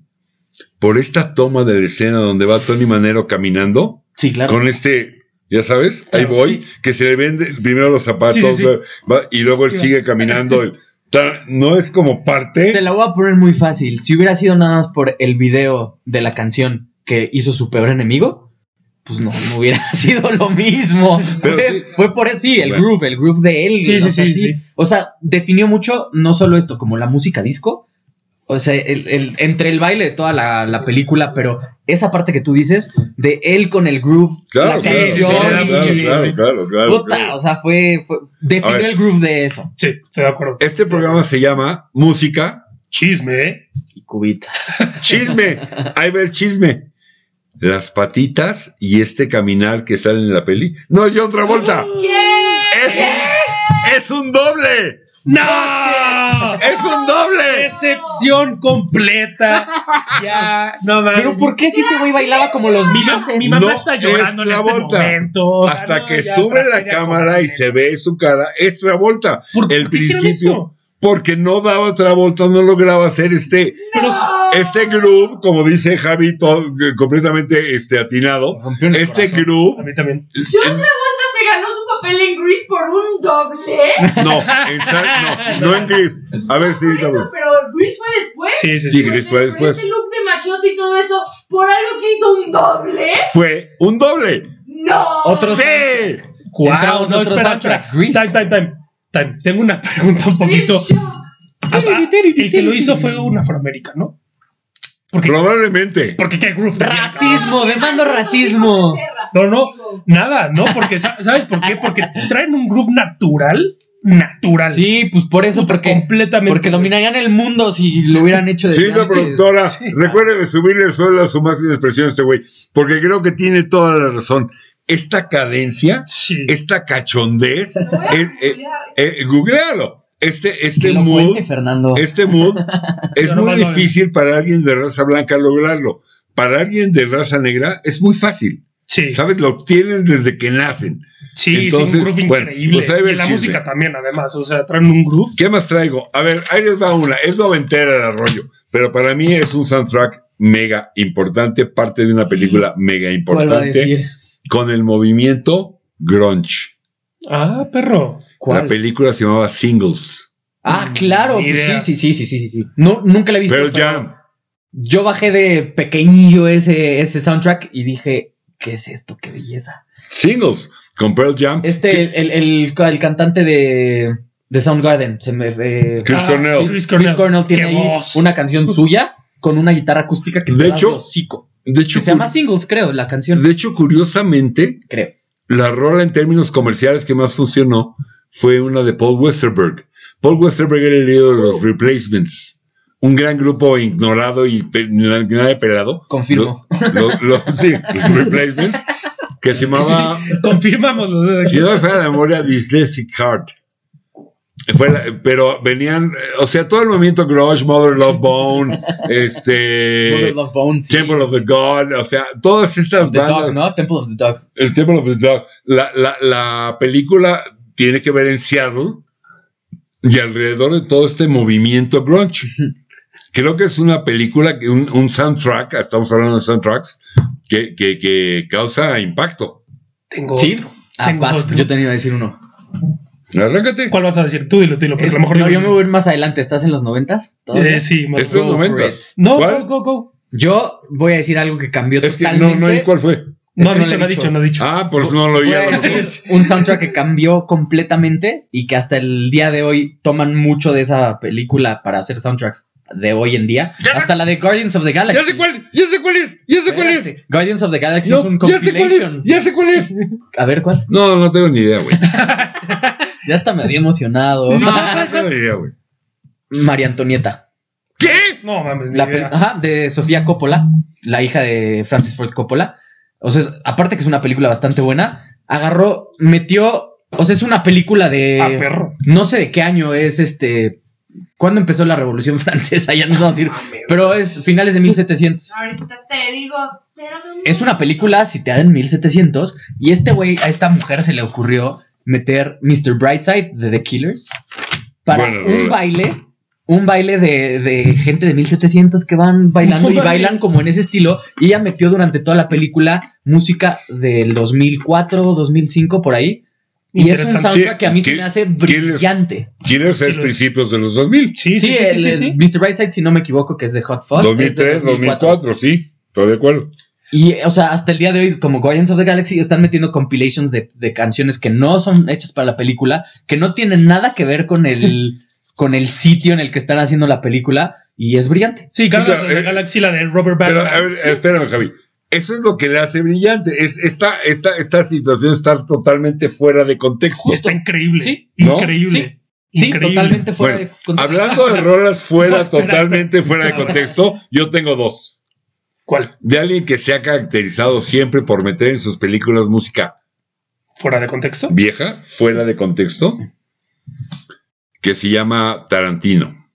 Speaker 2: por esta toma de la escena donde va Tony Manero caminando
Speaker 1: Sí, claro.
Speaker 2: con este, ya sabes, ahí
Speaker 3: Claro.
Speaker 2: voy, que se le vende primero los zapatos
Speaker 3: Sí, sí, sí.
Speaker 2: va- y luego él sigue caminando. el- ta- no es como
Speaker 1: Te
Speaker 2: parte.
Speaker 1: la voy a poner muy fácil. Si hubiera sido nada más por el video de la canción que hizo su peor enemigo, pues no, no hubiera *laughs* sido lo mismo.
Speaker 2: Pero
Speaker 1: Fue,
Speaker 2: sí.
Speaker 1: fue por eso, sí, el
Speaker 2: Bueno.
Speaker 1: groove, el groove de él.
Speaker 3: Sí,
Speaker 1: o
Speaker 3: sí,
Speaker 1: sea,
Speaker 3: sí,
Speaker 1: sí.
Speaker 3: sí.
Speaker 1: O sea, definió mucho no solo esto, como la música disco, o sea, el, el- entre el baile de toda la, la película, pero esa parte que tú dices, de él con el groove,
Speaker 2: Claro,
Speaker 1: la
Speaker 2: claro,
Speaker 3: sí, sí,
Speaker 1: canción,
Speaker 2: claro,
Speaker 1: y-
Speaker 2: claro, claro, claro, claro,
Speaker 1: puta,
Speaker 2: claro.
Speaker 1: o sea, fue, fue- definió
Speaker 2: A ver.
Speaker 1: el groove de eso.
Speaker 3: Sí, estoy de acuerdo.
Speaker 2: Este
Speaker 3: Sí.
Speaker 2: programa se llama Música
Speaker 3: Chisme, ¿eh?
Speaker 1: Y cubita.
Speaker 2: Chisme, ahí va el chisme. Las patitas y este caminar que sale en la peli. No, es otra vuelta. Es un, es un doble. *laughs*
Speaker 3: ¡No!
Speaker 2: Es un doble.
Speaker 3: Decepción completa. Ya, no mames.
Speaker 1: Pero ¿por qué si ese güey bailaba como los
Speaker 3: Mi, ma-
Speaker 1: dioses?
Speaker 3: mi mamá
Speaker 2: No
Speaker 3: está
Speaker 2: es
Speaker 3: llorando en
Speaker 2: la
Speaker 3: este
Speaker 2: volta.
Speaker 3: momento. O sea,
Speaker 2: Hasta
Speaker 3: no,
Speaker 2: que
Speaker 3: ya,
Speaker 2: sube la
Speaker 3: tragedia
Speaker 2: cámara y
Speaker 3: completa.
Speaker 2: se ve su cara, es Travolta.
Speaker 3: ¿Por
Speaker 2: el
Speaker 3: por qué hicieron
Speaker 2: principio.
Speaker 3: eso?
Speaker 2: Porque no daba Travolta, no lograba hacer este,
Speaker 3: Pero s-
Speaker 2: este groove, como dice Javi, todo- eh, completamente este, atinado.
Speaker 1: Rompió en el
Speaker 2: Este
Speaker 1: corazón.
Speaker 3: a
Speaker 2: groove,
Speaker 3: mí también.
Speaker 4: se ganó su papel en Grease por un doble.
Speaker 2: no, en sal- no, no en gris. A ver
Speaker 4: *laughs*
Speaker 2: si.
Speaker 4: Eso, pero Grease fue después.
Speaker 3: Sí, sí,
Speaker 2: Sí,
Speaker 3: sí.
Speaker 4: Porque
Speaker 2: Grease fue
Speaker 4: por
Speaker 2: después.
Speaker 4: Este look de machote y todo eso, por algo que hizo un doble.
Speaker 2: Fue un doble.
Speaker 4: No.
Speaker 1: Otro-
Speaker 2: ¡Sí!
Speaker 3: Guau,
Speaker 1: Entramos
Speaker 3: no,
Speaker 1: a otro
Speaker 3: espera,
Speaker 1: soundtrack,
Speaker 3: espera.
Speaker 1: Grease.
Speaker 3: Time, time, time. Time. Tengo una *laughs* pregunta un poquito.
Speaker 4: Grease Shock.
Speaker 3: Ah, ah, El que lo hizo fue un afroamericano. Porque,
Speaker 2: Probablemente.
Speaker 3: porque qué groove. tenía, cabrón?
Speaker 1: Racismo, demando racismo.
Speaker 3: No, no, nada, ¿no? Porque, sa- ¿sabes por qué? Porque traen un groove natural, natural.
Speaker 1: Sí, pues por eso,
Speaker 3: Puta,
Speaker 1: porque,
Speaker 3: completamente.
Speaker 1: porque dominarían el mundo si lo hubieran hecho desde
Speaker 2: Señora
Speaker 1: antes.
Speaker 2: productora,
Speaker 3: Sí.
Speaker 2: recuerde subirle solo a su máxima expresión a este güey, porque creo que tiene toda la razón. Esta cadencia,
Speaker 3: Sí.
Speaker 1: Eh,
Speaker 2: esta cachondez,
Speaker 4: Lo voy a
Speaker 2: eh, eh,
Speaker 4: googlear.
Speaker 2: eh, googlealo. Este,
Speaker 1: Que
Speaker 2: este
Speaker 1: lo
Speaker 2: mood,
Speaker 1: cuente, Fernando.
Speaker 2: este
Speaker 3: *laughs*
Speaker 2: mood es
Speaker 3: Yo nomás
Speaker 2: muy
Speaker 3: lo veo.
Speaker 2: difícil para alguien de raza blanca lograrlo. Para alguien de raza negra es muy fácil.
Speaker 3: Sí,
Speaker 2: ¿Sabes? Lo obtienen desde que nacen.
Speaker 3: sí, sí,
Speaker 2: Entonces,
Speaker 3: un groove
Speaker 2: bueno,
Speaker 3: increíble.
Speaker 2: pues ahí va
Speaker 3: y
Speaker 2: el
Speaker 3: la
Speaker 2: chisme.
Speaker 1: eh.
Speaker 3: música también, además. O sea, traen un groove.
Speaker 2: ¿Qué más traigo? A ver, ahí les va una. Es noventera el arroyo, pero para mí es un soundtrack mega importante, parte de una película
Speaker 1: ¿Cuál va
Speaker 2: mega
Speaker 1: a
Speaker 2: importante,
Speaker 1: decir?
Speaker 2: con el movimiento grunge.
Speaker 3: Ah, perro.
Speaker 2: La
Speaker 1: ¿Cuál?
Speaker 2: película se llamaba Singles,
Speaker 1: Ah, claro,
Speaker 3: Ni
Speaker 1: pues
Speaker 3: idea.
Speaker 1: sí, sí, sí, sí, sí, sí, sí. No, nunca la he visto.
Speaker 2: Pearl
Speaker 1: pero
Speaker 2: Jam.
Speaker 1: Yo bajé de pequeñillo ese, ese soundtrack y dije, ¿qué es esto? ¡Qué belleza!
Speaker 2: Singles con Pearl Jam.
Speaker 1: Este, el, el, el cantante de, de Soundgarden, se me, eh,
Speaker 2: Chris
Speaker 3: Ah,
Speaker 2: Cornell.
Speaker 3: Chris
Speaker 1: Chris
Speaker 3: Cornell.
Speaker 1: Cornell tiene
Speaker 3: ¡Qué
Speaker 1: ahí
Speaker 3: voz!
Speaker 1: una
Speaker 2: *laughs*
Speaker 1: canción suya con una guitarra acústica que
Speaker 2: De
Speaker 1: te da
Speaker 2: hecho,
Speaker 1: el hocico.
Speaker 2: De
Speaker 1: Que
Speaker 2: hecho,
Speaker 1: se
Speaker 2: cu-
Speaker 1: llama Singles, creo, la canción.
Speaker 2: de hecho, curiosamente,
Speaker 1: creo.
Speaker 2: la rola en términos comerciales que más funcionó fue una de Paul Westerberg. Paul Westerberg era el líder de los Replacements, un gran grupo ignorado y pe- nadie pelado.
Speaker 1: Confirmo.
Speaker 2: Los, *laughs* sí, los Replacements, que se llamaba
Speaker 3: Confirmamos los dedos.
Speaker 2: Si no me falla la memoria, Dyslexic Heart. Fue la- pero venían, eh, o sea, todo el movimiento Grudge, Mother Love Bone,
Speaker 1: Mother
Speaker 2: este,
Speaker 1: Love Bones. sí.
Speaker 2: Temple of the God, o sea, todas estas
Speaker 1: The
Speaker 2: bandas.
Speaker 1: Dog, ¿no? Temple of the Dog.
Speaker 2: El Temple of the Dog. La, la- la película tiene que ver en Seattle y alrededor de todo este movimiento grunge. Creo que es una película, que un, un soundtrack, estamos hablando de soundtracks, que, que- que causa impacto.
Speaker 3: Tengo
Speaker 1: Sí.
Speaker 3: otro.
Speaker 1: Ah,
Speaker 3: Tengo
Speaker 1: vas,
Speaker 3: otro.
Speaker 1: yo tenía que decir uno.
Speaker 2: Arráncate.
Speaker 3: ¿Cuál vas a decir? Tú dilo, tú dilo. Porque a lo mejor
Speaker 1: no,
Speaker 3: digo-
Speaker 1: yo me voy a ir más adelante. ¿Estás en los noventas?
Speaker 3: Eh, sí, más-
Speaker 2: Es que- los
Speaker 1: Go for
Speaker 2: noventas.
Speaker 1: it.
Speaker 3: No,
Speaker 2: ¿Cuál?
Speaker 3: go, go, go.
Speaker 1: Yo voy a decir algo que cambió
Speaker 2: Es que
Speaker 1: totalmente.
Speaker 2: no, no hay cuál fue.
Speaker 1: Es
Speaker 3: No ha
Speaker 1: que no
Speaker 3: dicho,
Speaker 1: le
Speaker 3: no ha
Speaker 1: he dicho.
Speaker 3: dicho, no ha dicho.
Speaker 2: Ah, pues no lo
Speaker 1: Voy
Speaker 2: oía.
Speaker 1: a
Speaker 2: a lo mejor.
Speaker 1: decir un soundtrack que cambió completamente y que hasta el día de hoy toman mucho de esa película para hacer soundtracks de hoy en día.
Speaker 2: Ya.
Speaker 1: Hasta la de Guardians of the Galaxy.
Speaker 2: Ya sé cuál, ya sé cuál es, ya sé cuál es.
Speaker 1: Espérate, Guardians of the Galaxy es un
Speaker 2: No, ya sé cuál es,
Speaker 1: compilation.
Speaker 2: ya sé cuál es.
Speaker 1: A ver cuál.
Speaker 2: No, no tengo ni idea, güey.
Speaker 1: Ya hasta me había emocionado.
Speaker 2: No, no tengo ni idea, güey.
Speaker 1: María Antonieta.
Speaker 2: ¿Qué?
Speaker 3: No mames, ni
Speaker 1: La
Speaker 3: idea.
Speaker 1: pel- ajá, de Sofía Coppola, la hija de Francis Ford Coppola. O sea, es- aparte que es una película bastante buena, agarró, metió. O sea, es una película de.
Speaker 3: Ah, perro.
Speaker 1: No sé de qué año es este. ¿Cuándo empezó la Revolución *laughs* Francesa? Ya no sé decir.
Speaker 3: Ah,
Speaker 1: Pero es finales de 1700.
Speaker 4: Ahorita te digo, espérame. un
Speaker 1: Es una
Speaker 4: momento.
Speaker 1: película citada en 1700. Y este güey, a esta mujer se le ocurrió meter Mr. Brightside de The Killers para
Speaker 2: Buena
Speaker 1: un
Speaker 2: rola.
Speaker 1: baile. Un baile de, de gente de 1700 que van bailando y
Speaker 3: *laughs* Órale.
Speaker 1: bailan como en ese estilo. Y ella metió durante toda la película música del 2004, 2005, por ahí. Y es un
Speaker 3: Interesante.
Speaker 1: soundtrack que a mí se
Speaker 2: ¿Qué-
Speaker 1: me hace
Speaker 2: qué les-
Speaker 1: brillante.
Speaker 2: ¿Quieres
Speaker 3: Sí,
Speaker 2: ser
Speaker 3: lo es.
Speaker 2: principios de los 2000?
Speaker 3: Sí,
Speaker 1: Sí,
Speaker 3: sí, sí,
Speaker 1: el,
Speaker 3: sí,
Speaker 1: el
Speaker 3: sí.
Speaker 1: Mr. Brightside, si no me equivoco, que es de Hot Fuzz.
Speaker 2: 2003, 2004, sí. Estoy de acuerdo.
Speaker 1: Y, eh, o sea, hasta el día de hoy, como Guardians of the Galaxy, están metiendo compilations de, de canciones que no son hechas para la película, que no tienen nada que ver con el,
Speaker 3: *laughs*
Speaker 1: con el sitio en el que están haciendo la película, y es brillante.
Speaker 3: Sí, Guardians
Speaker 2: claro,
Speaker 3: of the
Speaker 2: eh,
Speaker 3: Galaxy, la de Robert
Speaker 2: Pero,
Speaker 3: Batman.
Speaker 2: a ver,
Speaker 1: eh,
Speaker 2: espérame, Javi. Eso es lo que le hace brillante. Es, esta, esta, esta situación está totalmente fuera de contexto.
Speaker 3: Está increíble.
Speaker 1: Sí.
Speaker 2: ¿No?
Speaker 3: Increíble.
Speaker 1: Sí,
Speaker 3: Increíble.
Speaker 1: totalmente fuera
Speaker 2: Bueno,
Speaker 1: de contexto.
Speaker 2: Hablando de rolas fuera,
Speaker 3: No, espera, espera.
Speaker 2: totalmente fuera de
Speaker 3: Ah, bueno.
Speaker 2: contexto, yo tengo dos.
Speaker 3: ¿Cuál?
Speaker 2: de alguien que se ha caracterizado siempre por meter en sus películas música
Speaker 3: ¿Fuera de contexto?
Speaker 2: vieja, fuera de contexto, que se llama Tarantino.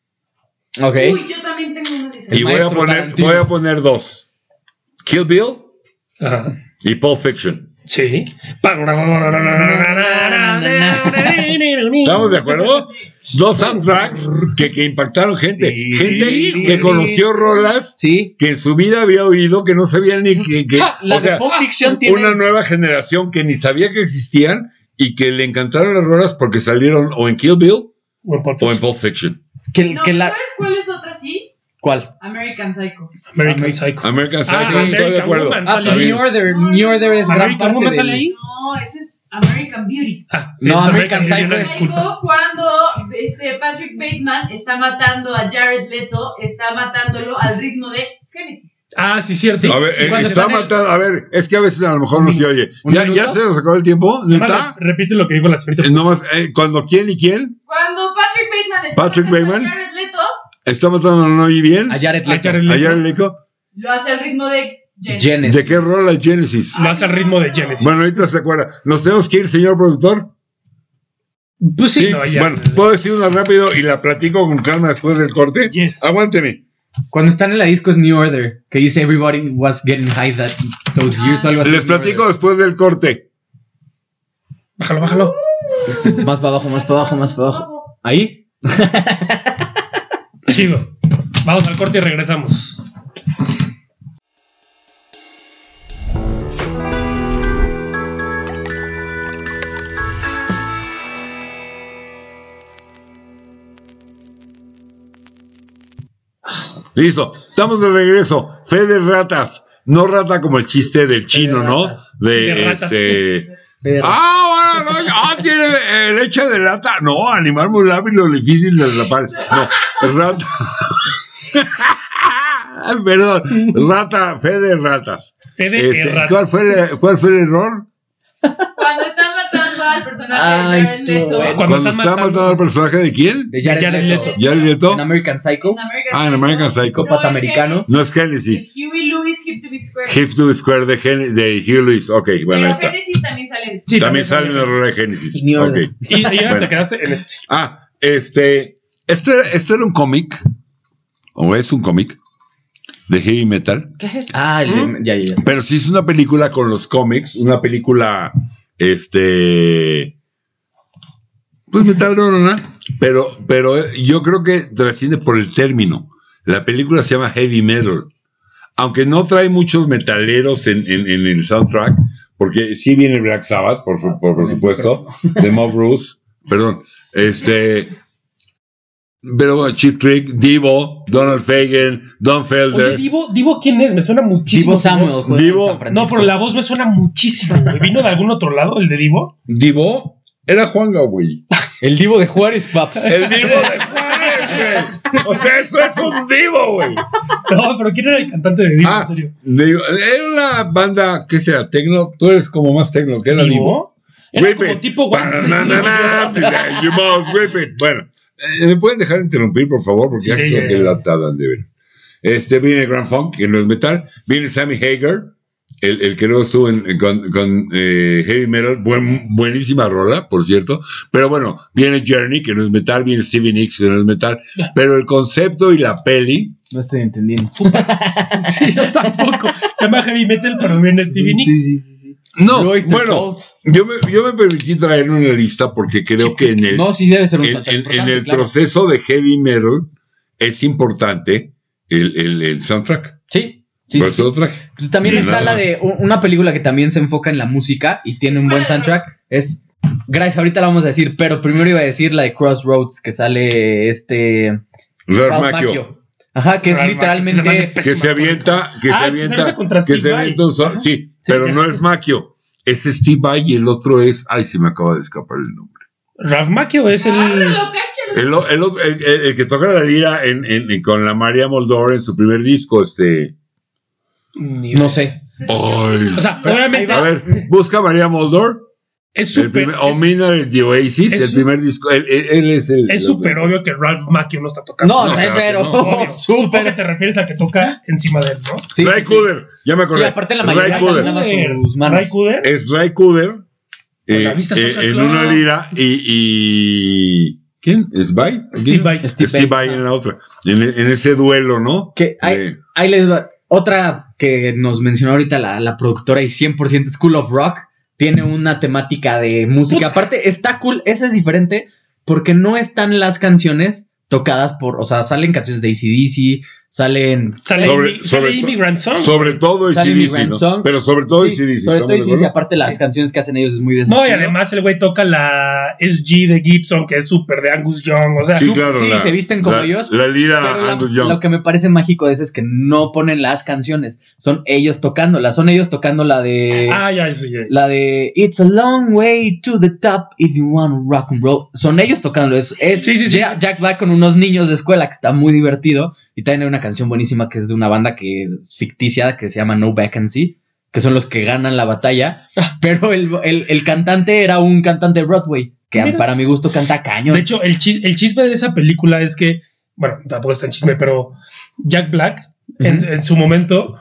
Speaker 1: Ok.
Speaker 4: Uy, yo también tengo una de esas.
Speaker 1: El
Speaker 2: y voy a,
Speaker 1: maestro
Speaker 2: poner,
Speaker 1: Tarantino.
Speaker 2: voy a poner dos. Kill Bill
Speaker 3: Ajá.
Speaker 2: y Pulp Fiction.
Speaker 3: Sí.
Speaker 2: ¿Estamos de acuerdo? Dos soundtracks que, que impactaron gente.
Speaker 3: Sí.
Speaker 2: Gente que conoció rolas
Speaker 1: Sí.
Speaker 2: que en su vida había oído, que no sabían ni que... que-
Speaker 1: Ah, la
Speaker 2: o sea,
Speaker 1: de Pulp Fiction tiene...
Speaker 2: una nueva generación que ni sabía que existían y que le encantaron las rolas porque salieron o en Kill Bill
Speaker 3: Buen podcast.
Speaker 2: o en Pulp Fiction.
Speaker 1: Que,
Speaker 4: No,
Speaker 1: que la...
Speaker 4: ¿Sabes cuál es otra sí?
Speaker 1: ¿Cuál?
Speaker 4: American Psycho.
Speaker 3: American Psycho.
Speaker 2: American Psycho,
Speaker 3: Ah,
Speaker 2: estoy de
Speaker 3: American
Speaker 2: acuerdo.
Speaker 3: Woman,
Speaker 1: Ah,
Speaker 3: sale
Speaker 1: pero
Speaker 2: ahí.
Speaker 1: New Order, New Order es gran
Speaker 3: American
Speaker 1: parte
Speaker 3: Woman sale
Speaker 1: del-
Speaker 3: ahí.
Speaker 4: No, ese es American Beauty.
Speaker 3: Ah,
Speaker 1: No,
Speaker 3: es
Speaker 1: American Psycho
Speaker 3: una
Speaker 1: es-
Speaker 3: disculpa.
Speaker 4: Psycho cuando este Patrick Bateman está matando a Jared Leto, está matándolo al ritmo de Génesis.
Speaker 3: Ah, sí, cierto.
Speaker 2: a ver,
Speaker 3: Sí,
Speaker 2: eh,
Speaker 3: cuando
Speaker 2: está
Speaker 3: están en-
Speaker 2: matando. A ver, es que a veces a lo mejor no se oye.
Speaker 1: ¿Un
Speaker 2: ¿Ya,
Speaker 1: minuto?
Speaker 2: ya se nos acabó el tiempo? ¿Neta?
Speaker 3: Mames, Repite lo que dijo la señorita.
Speaker 2: Eh, Nomás, eh, cuando quién y quién
Speaker 4: Cuando Patrick Bateman está
Speaker 2: Patrick
Speaker 4: matando
Speaker 2: Bateman.
Speaker 4: a Jared Leto,
Speaker 2: está matando no oí bien.
Speaker 1: A Jared Leto.
Speaker 3: A Ah, Jared Leto.
Speaker 2: Ayer el eco.
Speaker 4: lo hace al ritmo de Génesis.
Speaker 1: Genesis.
Speaker 2: ¿De qué rola Genesis?
Speaker 3: Lo hace al ritmo de Genesis.
Speaker 2: Bueno, ahorita se acuerda. ¿Nos tenemos que ir, señor productor?
Speaker 3: Pues sí, no, ya.
Speaker 2: bueno, puedo decir una rápido y la platico con calma después del corte.
Speaker 3: Yes.
Speaker 2: Aguánteme.
Speaker 1: Cuando están en la disco es New Order, que dice Everybody was getting high that those
Speaker 4: Ah.
Speaker 1: years. Algo así
Speaker 2: Les
Speaker 1: New
Speaker 2: platico después del corte.
Speaker 3: Bájalo, bájalo.
Speaker 1: Order. Más para abajo, más para abajo, más para abajo. Ahí.
Speaker 3: Chido. Vamos al corte y regresamos.
Speaker 2: Listo. Estamos de regreso. Fede Ratas. No rata como el chiste del chino, ¿no?
Speaker 1: ratas.
Speaker 2: De,
Speaker 3: De ratas,
Speaker 2: este.
Speaker 1: Pero-
Speaker 2: Ah, ahora no, ah, tiene eh, leche de lata. No, animal muy rápido, difícil de atrapar. No, rata. *laughs* Ay, Perdón, rata, fe de ratas.
Speaker 3: Fede
Speaker 2: Este,
Speaker 3: Herrera.
Speaker 2: ¿cuál, fue el, ¿Cuál fue el error?
Speaker 4: Cuando están matando al personaje
Speaker 1: Ay,
Speaker 4: de Jared
Speaker 1: estuvo
Speaker 4: Leto.
Speaker 1: bueno.
Speaker 3: Cuando
Speaker 2: Cuando
Speaker 3: están
Speaker 2: está matando,
Speaker 3: matando-
Speaker 2: al personaje de quién?
Speaker 1: De Jared,
Speaker 3: Jared
Speaker 1: Leto.
Speaker 3: Leto.
Speaker 2: ¿Ya le
Speaker 1: En
Speaker 2: Leto?
Speaker 1: American Psycho.
Speaker 4: en American
Speaker 2: Ah, en American Psycho.
Speaker 1: Psicópata
Speaker 4: No, es
Speaker 1: americano.
Speaker 4: Génesis.
Speaker 2: No es Génesis.
Speaker 4: Es Huey Lewis, Hip to be Square.
Speaker 2: Hip to Square de, Gen de Hugh Lewis. Ok, bueno, ahí
Speaker 4: Pero
Speaker 2: está.
Speaker 4: Génesis también sale después.
Speaker 3: Sí,
Speaker 2: También sale el error de Génesis.
Speaker 1: Ni
Speaker 2: Ok.
Speaker 1: orden.
Speaker 3: Y, y ahora
Speaker 2: Bueno.
Speaker 3: te quedaste en este.
Speaker 2: Ah, este. Esto era, esto era un cómic. O es un cómic. De heavy metal.
Speaker 1: Ah, el de- ya, ya, ya.
Speaker 2: Pero sí es una película con los cómics. Una película. Este. Pues metal ¿no? Pero, pero eh, yo creo que trasciende por el término. La película se llama Heavy Metal. Aunque no trae muchos metaleros en, en- en el soundtrack, porque sí viene Black Sabbath, por, su- por- por supuesto, de Mob Rules, perdón, este, pero bueno, Chip Trick, Divo, Donald Fagen, Don
Speaker 3: Oye,
Speaker 2: Felder,
Speaker 3: Divo, Divo, ¿quién es? Me suena muchísimo.
Speaker 1: Divo
Speaker 3: su
Speaker 1: Samuel.
Speaker 3: voz.
Speaker 1: juega en
Speaker 2: Divo-
Speaker 1: San Francisco.
Speaker 3: No, pero la voz me suena muchísimo. güey. ¿Vino de algún otro lado el de Divo? *laughs*
Speaker 2: Divo, era Juan Gabriel.
Speaker 1: El Divo de Juárez, paps.
Speaker 2: El Divo de Juárez, güey. O sea, eso es un Divo, güey.
Speaker 3: No, pero ¿quién era el cantante de Divo?
Speaker 2: Ah,
Speaker 3: en serio.
Speaker 2: Digo, Era una banda, ¿qué será? Tecno, tú eres como más tecno, que era Divo.
Speaker 3: ¿Divo? Era
Speaker 2: Whip
Speaker 3: como
Speaker 2: it.
Speaker 3: tipo Once.
Speaker 2: Banana, you must whip it. Bueno, eh, ¿me pueden dejar interrumpir, por favor? Porque ya
Speaker 3: Sí,
Speaker 2: creo
Speaker 3: ya,
Speaker 2: que
Speaker 3: ya.
Speaker 2: la tadan de ver. Este viene Grand Funk, que no es metal. Viene Sammy Hager, el, el que luego estuvo en- con, con, eh, Heavy Metal. Buen- buenísima rola, por cierto. Pero bueno, viene Journey, que no es metal. Viene Stevie Nicks, que no es metal.
Speaker 3: *laughs*
Speaker 2: Pero el concepto y la peli.
Speaker 1: No estoy entendiendo.
Speaker 3: *laughs* Sí, yo tampoco. Se llama Heavy Metal, pero viene Stevie Nicks.
Speaker 2: No,
Speaker 1: Royster
Speaker 2: bueno,
Speaker 1: Colts.
Speaker 2: yo me, yo me permití traer una lista porque creo que en el.
Speaker 1: No, sí debe ser un
Speaker 2: en,
Speaker 1: soundtrack
Speaker 2: en- en
Speaker 1: importante,
Speaker 2: el
Speaker 1: claro.
Speaker 2: proceso de heavy metal es importante el, el- el soundtrack.
Speaker 1: Sí. Sí,
Speaker 2: Por
Speaker 1: sí,
Speaker 2: eso lo traje.
Speaker 1: sí. También
Speaker 2: Sí,
Speaker 1: está
Speaker 2: nada
Speaker 1: la
Speaker 2: más.
Speaker 1: de u- una película que también se enfoca en la música y tiene un buen soundtrack. Es. Gracias, ahorita la vamos a decir, pero primero iba a decir la de Crossroads que sale este.
Speaker 2: Ralph
Speaker 1: Ralph
Speaker 2: Macchio,
Speaker 1: Macchio. Ajá, que es
Speaker 3: Ralph Macchio, se me hace
Speaker 1: literalmente.
Speaker 2: Que se
Speaker 3: pésima
Speaker 2: avienta, que se
Speaker 3: Ah, sí, se
Speaker 2: avienta,
Speaker 3: avienta contra
Speaker 2: que
Speaker 3: Steve
Speaker 2: se
Speaker 3: Vai.
Speaker 2: avienta un so- sí, pero
Speaker 3: ya.
Speaker 2: no es Maquio, es Steve Vai y el otro es, ay, se me acaba de escapar el nombre.
Speaker 3: Ralph Macchio es el.
Speaker 4: Ábrelo, cáchalo.
Speaker 2: El, o- el otro- el- el- el que toca la lira en- en- en- con la María Moldova en su primer disco, este,
Speaker 3: Ni idea.
Speaker 1: No sé.
Speaker 2: ay.
Speaker 3: O sea,
Speaker 1: Pero
Speaker 3: obviamente
Speaker 2: a ver, busca María Moldor,
Speaker 3: es
Speaker 2: el
Speaker 3: súper.
Speaker 2: primer- oh, o
Speaker 3: Es,
Speaker 2: Mina de Oasis,
Speaker 3: es
Speaker 2: el
Speaker 3: su-
Speaker 2: primer disco, él, él- él es el... el-
Speaker 3: es súper obvio que Ralph Macchio no está tocando.
Speaker 1: No,
Speaker 2: No, o sea,
Speaker 1: pero.
Speaker 2: no,
Speaker 3: Obvio. Supongo
Speaker 1: *laughs*
Speaker 3: que
Speaker 1: Súper.
Speaker 3: te refieres a que toca encima de él, ¿no?
Speaker 1: Sí, sí,
Speaker 2: Ray
Speaker 1: sí.
Speaker 2: Cooder, ya me acordé.
Speaker 1: Sí, aparte la
Speaker 2: Ray
Speaker 1: mayoría
Speaker 2: Cooder.
Speaker 1: ganaba sus manos.
Speaker 3: Ray Cooder.
Speaker 2: es Ray Cooder
Speaker 3: Con la
Speaker 2: eh,
Speaker 3: vista
Speaker 2: eh,
Speaker 3: Social
Speaker 2: en
Speaker 3: Club.
Speaker 2: una lira y, y- ¿quién? ¿Es Vai?
Speaker 3: Steve Vai.
Speaker 1: Steve
Speaker 2: Steve
Speaker 1: Vai.
Speaker 2: Vai en la otra, en, en ese duelo, ¿no?
Speaker 1: Que hay,
Speaker 2: Eh,
Speaker 1: Ahí les va. Otra que nos mencionó ahorita la, la productora y 100% School of Rock tiene una temática de música. Aparte, está cool. Esa es diferente porque no están las canciones tocadas por. O sea, salen canciones de ACDC, salen.
Speaker 3: Sale,
Speaker 2: Sobre-
Speaker 3: Imi-
Speaker 2: sobre
Speaker 3: sale Imi Grand Song.
Speaker 2: sobre todo
Speaker 1: Sally
Speaker 2: ACDC,
Speaker 1: Rand
Speaker 2: ¿no?
Speaker 1: Song.
Speaker 2: Pero sobre todo
Speaker 1: Sí,
Speaker 2: ACDC,
Speaker 1: sobre
Speaker 2: ¿estamos
Speaker 1: todo
Speaker 2: de
Speaker 1: ACDC.
Speaker 2: acuerdo?
Speaker 1: Aparte, las
Speaker 3: Sí.
Speaker 1: canciones que hacen ellos es muy de ese
Speaker 3: No, y
Speaker 1: estilo.
Speaker 3: además el güey toca la SG de Gibson, que es súper de Angus Young. O sea,
Speaker 2: Sí,
Speaker 1: su-
Speaker 2: claro.
Speaker 1: sí,
Speaker 2: la-
Speaker 1: se visten como
Speaker 2: la-
Speaker 1: ellos,
Speaker 2: La lira
Speaker 1: Pero la-
Speaker 2: Angus Ah, Young.
Speaker 1: lo que me parece mágico de eso es que no ponen las canciones, son ellos tocándolas, son ellos tocando la de
Speaker 3: Ah, ya, sí, ya.
Speaker 1: La de It's a long way to the top if you want to rock and roll. Son ellos tocando eso. Eh,
Speaker 3: Sí, sí, sí.
Speaker 1: Ja- Jack Black con unos niños de escuela que está muy divertido. Y también hay una canción buenísima que es de una banda que es ficticia que se llama No Vacancy, que son los que ganan la batalla.
Speaker 3: Ah.
Speaker 1: *laughs* Pero el, el- el cantante era un cantante de Broadway, que
Speaker 3: Mira.
Speaker 1: para mi gusto canta cañón.
Speaker 3: De hecho, el, chis- el chisme de esa película es que, bueno, tampoco es tan chisme, pero Jack Black,
Speaker 1: Ujú.
Speaker 3: en, en su momento,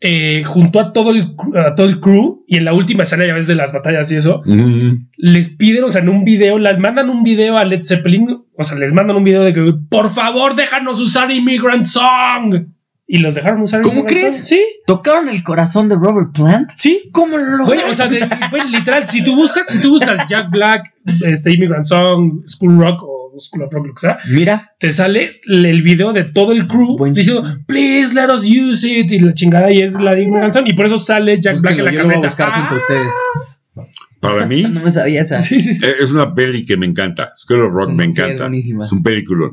Speaker 3: eh, juntó a todo, el, cr- a todo el crew y en la última escena, ya ves, de las batallas y eso,
Speaker 2: Mm.
Speaker 3: les piden, o sea, en un video, les mandan un video a Led Zeppelin, o sea, les mandan un video de que, por favor, déjanos usar Immigrant Song. Y los dejaron usar
Speaker 1: ¿Cómo
Speaker 3: Immigrant
Speaker 1: crees?
Speaker 3: Song. Sí,
Speaker 1: ¿Tocaron el corazón de Robert Plant?
Speaker 3: sí.
Speaker 1: ¿Cómo lo
Speaker 3: Güey, o sea, de- güey, literal, si tú buscas, si tú buscas Jack Black, este Immigrant Song, School Rock o School of Rock, lo que sea,
Speaker 1: Mira,
Speaker 3: te sale el video de todo el crew
Speaker 1: Buen
Speaker 3: diciendo,
Speaker 1: chiste.
Speaker 3: please let us use it, y la chingada, y es la de Immigrant Song, y por eso sale Jack
Speaker 1: búsquenlo,
Speaker 3: Black en
Speaker 1: yo
Speaker 3: la
Speaker 1: lo voy a
Speaker 3: camioneta.
Speaker 1: buscar junto a
Speaker 3: Ah,
Speaker 1: ustedes. *laughs*
Speaker 2: Para mí,
Speaker 1: No me sabía esa. *laughs*
Speaker 3: sí, sí, sí.
Speaker 2: eh, es una peli que me encanta. Skull of Rock
Speaker 1: Sí,
Speaker 2: me
Speaker 1: sí, es
Speaker 2: encanta.
Speaker 1: buenísima.
Speaker 2: Es un película.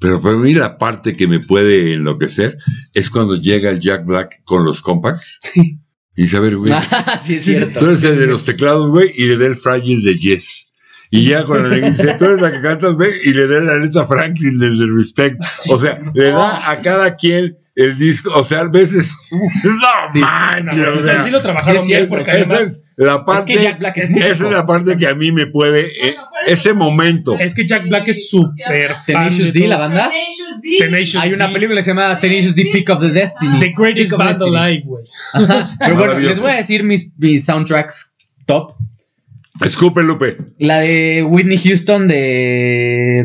Speaker 2: Pero para mí la parte que me puede enloquecer es cuando llega el Jack Black con los compacts. Y dice, a ver, güey.
Speaker 1: sí, es
Speaker 2: Tú
Speaker 1: Ah, cierto.
Speaker 2: eres el de los teclados, güey, y le da el frágil de Yes. Y ya con la negra dice, tú eres la que cantas, güey, y le da la letra Franklin del de Respect. O sea, le
Speaker 1: Ah.
Speaker 2: da a cada quien el disco. O sea, a veces. *laughs* no
Speaker 1: Sí.
Speaker 2: manches,
Speaker 3: Sí,
Speaker 2: o
Speaker 3: pues, o sea,
Speaker 2: sea,
Speaker 3: sí lo trabajaron
Speaker 1: sí es
Speaker 3: bien
Speaker 1: cierto,
Speaker 3: porque
Speaker 1: o sea,
Speaker 2: esa
Speaker 3: además
Speaker 2: es la
Speaker 1: Es
Speaker 2: parte.
Speaker 1: que Jack Black es
Speaker 2: esa es
Speaker 1: músico.
Speaker 2: la parte que a mí me puede. eh,
Speaker 4: Bueno, ¿cuál es
Speaker 2: ese
Speaker 4: el-
Speaker 2: momento.
Speaker 4: es-
Speaker 3: es que Jack Black es súper fan
Speaker 1: Tenacious
Speaker 3: de
Speaker 1: D,
Speaker 3: todo.
Speaker 1: la banda.
Speaker 4: Tenacious D.
Speaker 3: Tenacious
Speaker 1: Hay una
Speaker 3: D.
Speaker 1: película que se llama Tenacious D Pick of the Destiny.
Speaker 3: The Greatest
Speaker 1: Pick of
Speaker 3: Band
Speaker 1: Destiny.
Speaker 3: Alive, güey.
Speaker 1: *laughs* Ajá. Pero bueno,
Speaker 2: Maravilloso.
Speaker 1: les voy a decir mis, mis soundtracks top.
Speaker 2: Escupe, Lupe.
Speaker 1: La de Whitney Houston de I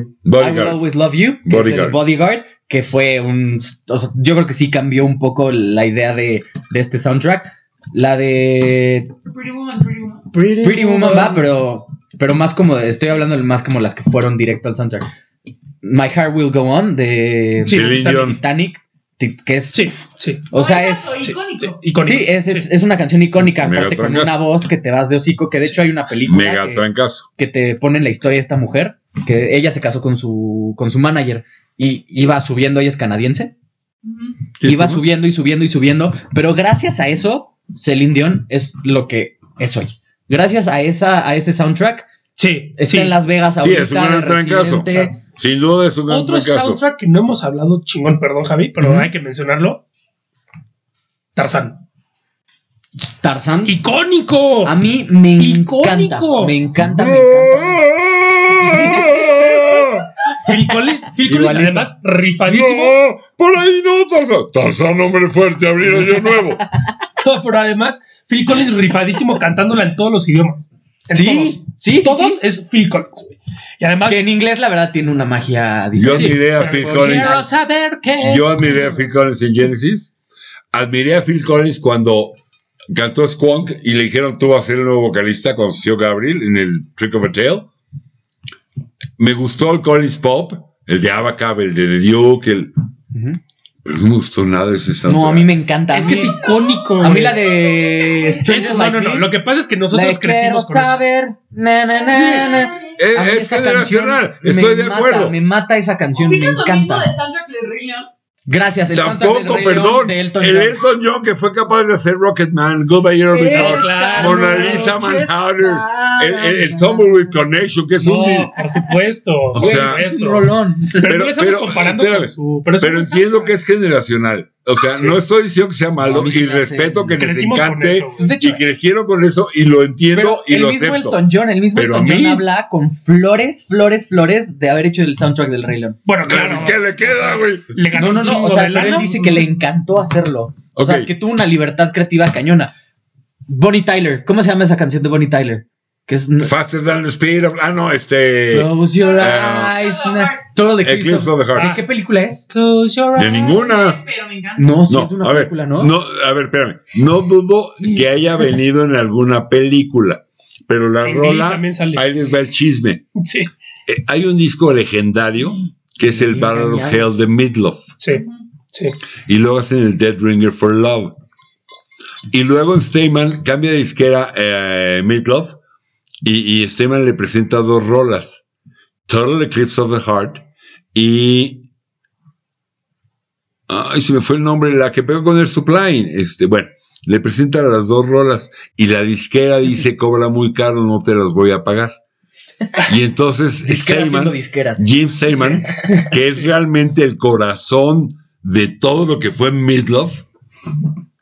Speaker 1: Will
Speaker 2: Bodyguard.
Speaker 1: Always Love You, que es de
Speaker 2: Bodyguard.
Speaker 1: The Bodyguard, que fue un. O sea, yo creo que sí cambió un poco la idea de, de este soundtrack. La de
Speaker 4: Pretty Woman, Pretty Woman.
Speaker 1: Pretty Woman va, pero, pero más como. de- estoy hablando más como las que fueron directo al soundtrack. My Heart Will Go On de
Speaker 3: Sí,
Speaker 2: Celine
Speaker 3: Titanic.
Speaker 2: Dion.
Speaker 1: Titanic, ti- que es.
Speaker 3: Sí, sí.
Speaker 1: O sea,
Speaker 4: Oigazo,
Speaker 1: es.
Speaker 3: sí, sí,
Speaker 4: Icónico.
Speaker 3: icónico.
Speaker 1: Sí, es, es,
Speaker 3: Sí.
Speaker 1: es una canción icónica,
Speaker 2: Mega
Speaker 1: aparte con
Speaker 2: trancazo.
Speaker 1: una voz que te vas de hocico, que de hecho hay una película
Speaker 2: Mega
Speaker 1: que-
Speaker 2: trancazo.
Speaker 1: que te pone en la historia de esta mujer, que ella se casó con su, con su manager y iba subiendo, ella es canadiense,
Speaker 4: Ujú.
Speaker 1: iba subiendo y subiendo y subiendo, pero gracias a eso, Celine Dion es lo que es hoy. Gracias a, esa, a ese soundtrack,
Speaker 3: Sí,
Speaker 1: está
Speaker 3: sí.
Speaker 1: en Las Vegas
Speaker 2: Sí,
Speaker 1: ahorita.
Speaker 2: es un gran
Speaker 1: de
Speaker 2: trancazo.
Speaker 1: Residente.
Speaker 2: Sin duda es un gran
Speaker 3: Otro
Speaker 2: trancazo.
Speaker 3: soundtrack que no hemos hablado chingón, perdón, Javi, pero
Speaker 1: Ujú.
Speaker 3: hay que mencionarlo. Tarzán.
Speaker 1: Tarzán,
Speaker 3: ¡Icónico!
Speaker 1: a mí me
Speaker 3: Icónico.
Speaker 1: encanta, Ah, me encanta, me encanta.
Speaker 2: encanta.
Speaker 3: Phil Collins, Phil Collins,
Speaker 1: Igualito.
Speaker 3: además, rifadísimo.
Speaker 2: No, por ahí no, Tarzán. Tarzán, hombre fuerte, abrir hoyo nuevo.
Speaker 3: Pero además, Phil Collins rifadísimo cantándola en todos los idiomas. En
Speaker 1: Sí, sí, sí,
Speaker 3: Todos, todos
Speaker 1: sí.
Speaker 3: es Phil Collins, güey. Y además,
Speaker 1: Que en inglés la verdad tiene una magia
Speaker 2: Yo
Speaker 1: diferente.
Speaker 3: Sí,
Speaker 2: admiré a
Speaker 3: pero
Speaker 2: Phil
Speaker 1: por
Speaker 2: Collins.
Speaker 1: general-
Speaker 3: quiero saber qué es.
Speaker 2: Yo admiré a Phil Collins en Genesis. Admiré a Phil Collins cuando cantó Squonk y le dijeron tú vas a ser el nuevo vocalista con Sio Gabriel en el Trick of a Tale. Me gustó el Collins Pop, el de Abacab, el de The Duke, el...
Speaker 1: Ujú.
Speaker 2: pero no me gustó nada ese soundtrack.
Speaker 1: No, a mí me encanta.
Speaker 3: Es
Speaker 1: a
Speaker 3: que
Speaker 1: mí-
Speaker 3: es icónico.
Speaker 1: A mí
Speaker 3: güey.
Speaker 1: la de Strangers
Speaker 3: No,
Speaker 1: Like
Speaker 3: no, no.
Speaker 1: Me,
Speaker 3: Lo que pasa es que
Speaker 1: la de
Speaker 3: nosotros
Speaker 1: Quiero
Speaker 3: crecimos con eso.
Speaker 1: saber. na, na, na, na.
Speaker 2: Es,
Speaker 1: A mí
Speaker 2: es
Speaker 1: esa
Speaker 2: generacional,
Speaker 1: canción
Speaker 2: estoy
Speaker 1: me
Speaker 2: de
Speaker 1: mata,
Speaker 2: acuerdo.
Speaker 1: Me mata esa canción, me
Speaker 4: ¿Opinas lo mismo
Speaker 1: encanta.
Speaker 4: del soundtrack de Rey León?
Speaker 1: Gracias, el soundtrack del
Speaker 2: Tampoco,
Speaker 1: Rey León
Speaker 2: perdón.
Speaker 1: de Elton
Speaker 2: el
Speaker 1: John.
Speaker 2: Elton John que fue capaz de hacer Rocketman, Goodbye Early
Speaker 3: No, claro.
Speaker 2: Mona Lisa Manhatters, el, el, el Tumbleweed Connection, que es un.
Speaker 3: No,
Speaker 1: pues
Speaker 2: dil-
Speaker 3: por supuesto.
Speaker 2: *laughs* O
Speaker 3: güey,
Speaker 2: sea,
Speaker 3: es
Speaker 1: Es un
Speaker 3: eso.
Speaker 1: rolón. Pues,
Speaker 3: Pero, no
Speaker 2: Pero-
Speaker 3: le estamos
Speaker 2: pero,
Speaker 3: comparando
Speaker 2: espérame,
Speaker 3: con su. Pero, es
Speaker 2: Pero
Speaker 3: un
Speaker 2: entiendo
Speaker 3: soundtrack.
Speaker 2: que es generacional. O sea,
Speaker 3: Sí.
Speaker 2: no estoy diciendo que sea
Speaker 1: No,
Speaker 2: malo
Speaker 1: a mí sí
Speaker 2: y
Speaker 1: me hace-
Speaker 2: respeto que les
Speaker 3: Crecimos con
Speaker 2: encante.
Speaker 3: eso. güey.
Speaker 1: Pues de hecho,
Speaker 2: Y crecieron con eso y lo entiendo
Speaker 1: pero
Speaker 2: y
Speaker 1: el
Speaker 2: lo
Speaker 1: mismo
Speaker 2: acepto.
Speaker 1: Elton John, el mismo
Speaker 2: Pero
Speaker 1: Elton
Speaker 2: a
Speaker 1: John
Speaker 2: mí-
Speaker 1: habla con flores, flores, flores de haber hecho el soundtrack del Rey León.
Speaker 3: Bueno,
Speaker 2: Claro,
Speaker 3: claro.
Speaker 2: ¿qué le queda, güey?
Speaker 3: Le ganó
Speaker 1: No, no,
Speaker 3: un
Speaker 1: no,
Speaker 3: chingo
Speaker 1: o sea,
Speaker 3: de
Speaker 1: pero él
Speaker 3: lana.
Speaker 1: dice que le encantó hacerlo. O sea,
Speaker 2: Ok.
Speaker 1: que tuvo una libertad creativa cañona. Bonnie Tyler, ¿cómo se llama esa canción de Bonnie Tyler? Que es
Speaker 2: Faster than the speed of. Ah, no, este.
Speaker 1: Close your
Speaker 2: Ah.
Speaker 1: eyes. now. Total Eclipse,
Speaker 2: Eclipse
Speaker 1: of-
Speaker 2: of the Heart.
Speaker 1: ¿De qué película es?
Speaker 3: Close your
Speaker 2: De
Speaker 3: eyes.
Speaker 2: ninguna.
Speaker 4: Pero me encanta.
Speaker 1: No, sí
Speaker 2: No,
Speaker 1: es una
Speaker 2: a ver,
Speaker 1: película, ¿no?
Speaker 2: ¿no? a ver, espérame. No dudo que haya venido en alguna película, pero la
Speaker 3: En Glee
Speaker 2: rola.
Speaker 3: también sale.
Speaker 2: Ahí les va el chisme.
Speaker 3: Sí,
Speaker 2: Eh, hay un disco legendario que es el Battle of Hell de Midlof.
Speaker 3: sí, sí.
Speaker 2: y luego hacen el Dead Ringer for Love. Y luego Steyman cambia de disquera eh, Meatloaf y, y Steyman le presenta dos rolas: Total Eclipse of the Heart y. Ay, se me fue el nombre, la que pegó con el Supply. Este, bueno, le presenta las dos rolas y la disquera dice: cobra muy caro, no te las voy a pagar. Y entonces
Speaker 1: Disqueras
Speaker 2: Steyman.
Speaker 1: haciendo disqueras.
Speaker 2: Jim Steinman, que es realmente el corazón de todo lo que fue Midlove,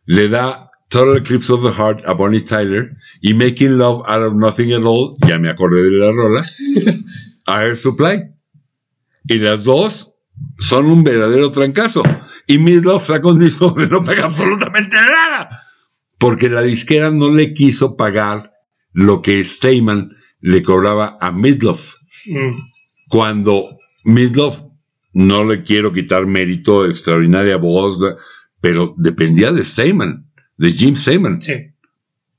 Speaker 2: le da Total Eclipse of the Heart a Bonnie Tyler y Making Love Out of Nothing at All, ya me acordé de la rola, a Air Supply. Y las dos son un verdadero trancazo. Y Midlove saca un disco donde no paga absolutamente nada, porque la disquera no le quiso pagar lo que Steinman le cobraba a Midlove
Speaker 3: Mm.
Speaker 2: cuando Midloff, no le quiero quitar mérito, extraordinaria voz, ¿no? pero dependía de Steyman, de Jim Steyman.
Speaker 3: Sí.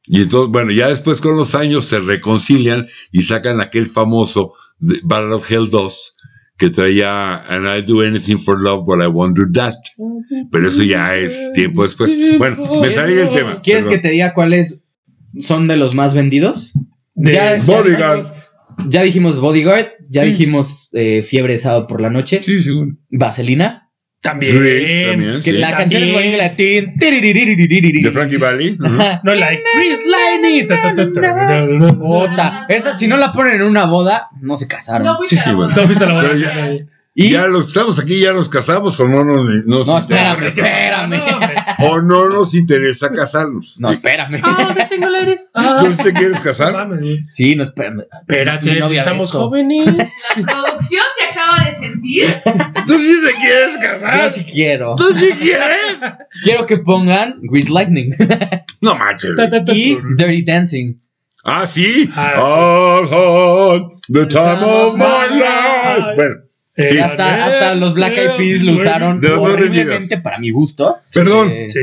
Speaker 2: Y entonces, bueno, ya después con los años se reconcilian y sacan aquel famoso de Battle of Hell 2 que traía And I do anything for love, but I won't do that. Pero eso ya es tiempo después. Bueno, me salí del tema.
Speaker 1: ¿Quieres que
Speaker 2: perdón.
Speaker 1: te diga cuáles son de los más vendidos?
Speaker 3: De-
Speaker 1: ya, es-
Speaker 2: Bodyguard.
Speaker 1: ya dijimos Bodyguard, Ya
Speaker 2: Sí.
Speaker 1: dijimos eh, Fiebre de sábado por la noche.
Speaker 2: Sí, seguro.
Speaker 1: Vaselina.
Speaker 3: También.
Speaker 2: Grace también,
Speaker 1: Que
Speaker 2: sí.
Speaker 1: la canción es
Speaker 3: También.
Speaker 1: buenísima. la tin, tiriririririririri.
Speaker 2: De Frankie Valley. ajá.
Speaker 1: Ajá.
Speaker 3: No, like Chris Lightning. ta, ta, ta, ta, ta, ta.
Speaker 1: Ota. Esa, si no la ponen en una boda, Ah, no se casaron.
Speaker 4: No fuiste
Speaker 2: Sí,
Speaker 4: a la boda.
Speaker 3: No fuiste a la boda.
Speaker 2: Pero
Speaker 4: ya-
Speaker 1: y
Speaker 2: Ya los estamos aquí, ya nos casamos o no nos, nos
Speaker 1: No,
Speaker 2: interesa
Speaker 1: espérame,
Speaker 2: casarnos.
Speaker 1: espérame.
Speaker 3: No, hombre.
Speaker 2: O no nos interesa casarnos.
Speaker 1: No, espérame.
Speaker 3: Ah, de singulares.
Speaker 1: *laughs*
Speaker 3: Ah,
Speaker 2: ¿Tú te quieres
Speaker 3: no
Speaker 2: casar?
Speaker 3: mames, güey.
Speaker 1: Sí, no, espérame. Mi
Speaker 3: Espérate,
Speaker 1: novia
Speaker 3: estamos
Speaker 1: esto.
Speaker 3: jóvenes.
Speaker 4: La producción se acaba de sentir.
Speaker 2: ¿Tú sí te quieres casar?
Speaker 1: Yo sí quiero.
Speaker 2: ¿Tú sí quieres?
Speaker 1: Quiero que pongan Grease Lightning *laughs*
Speaker 2: No manches.
Speaker 3: Ta, ta, ta.
Speaker 1: y Dirty Dancing.
Speaker 2: Ah, sí.
Speaker 3: Ah, sí.
Speaker 2: All on the time of my life. Bueno,
Speaker 3: Eh,
Speaker 2: Sí.
Speaker 1: Hasta, hasta los Black Eyed Peas lo usaron
Speaker 2: De las nueve
Speaker 1: horriblemente
Speaker 2: vidas.
Speaker 1: para mi gusto.
Speaker 2: perdón.
Speaker 1: Eh,
Speaker 3: Sí.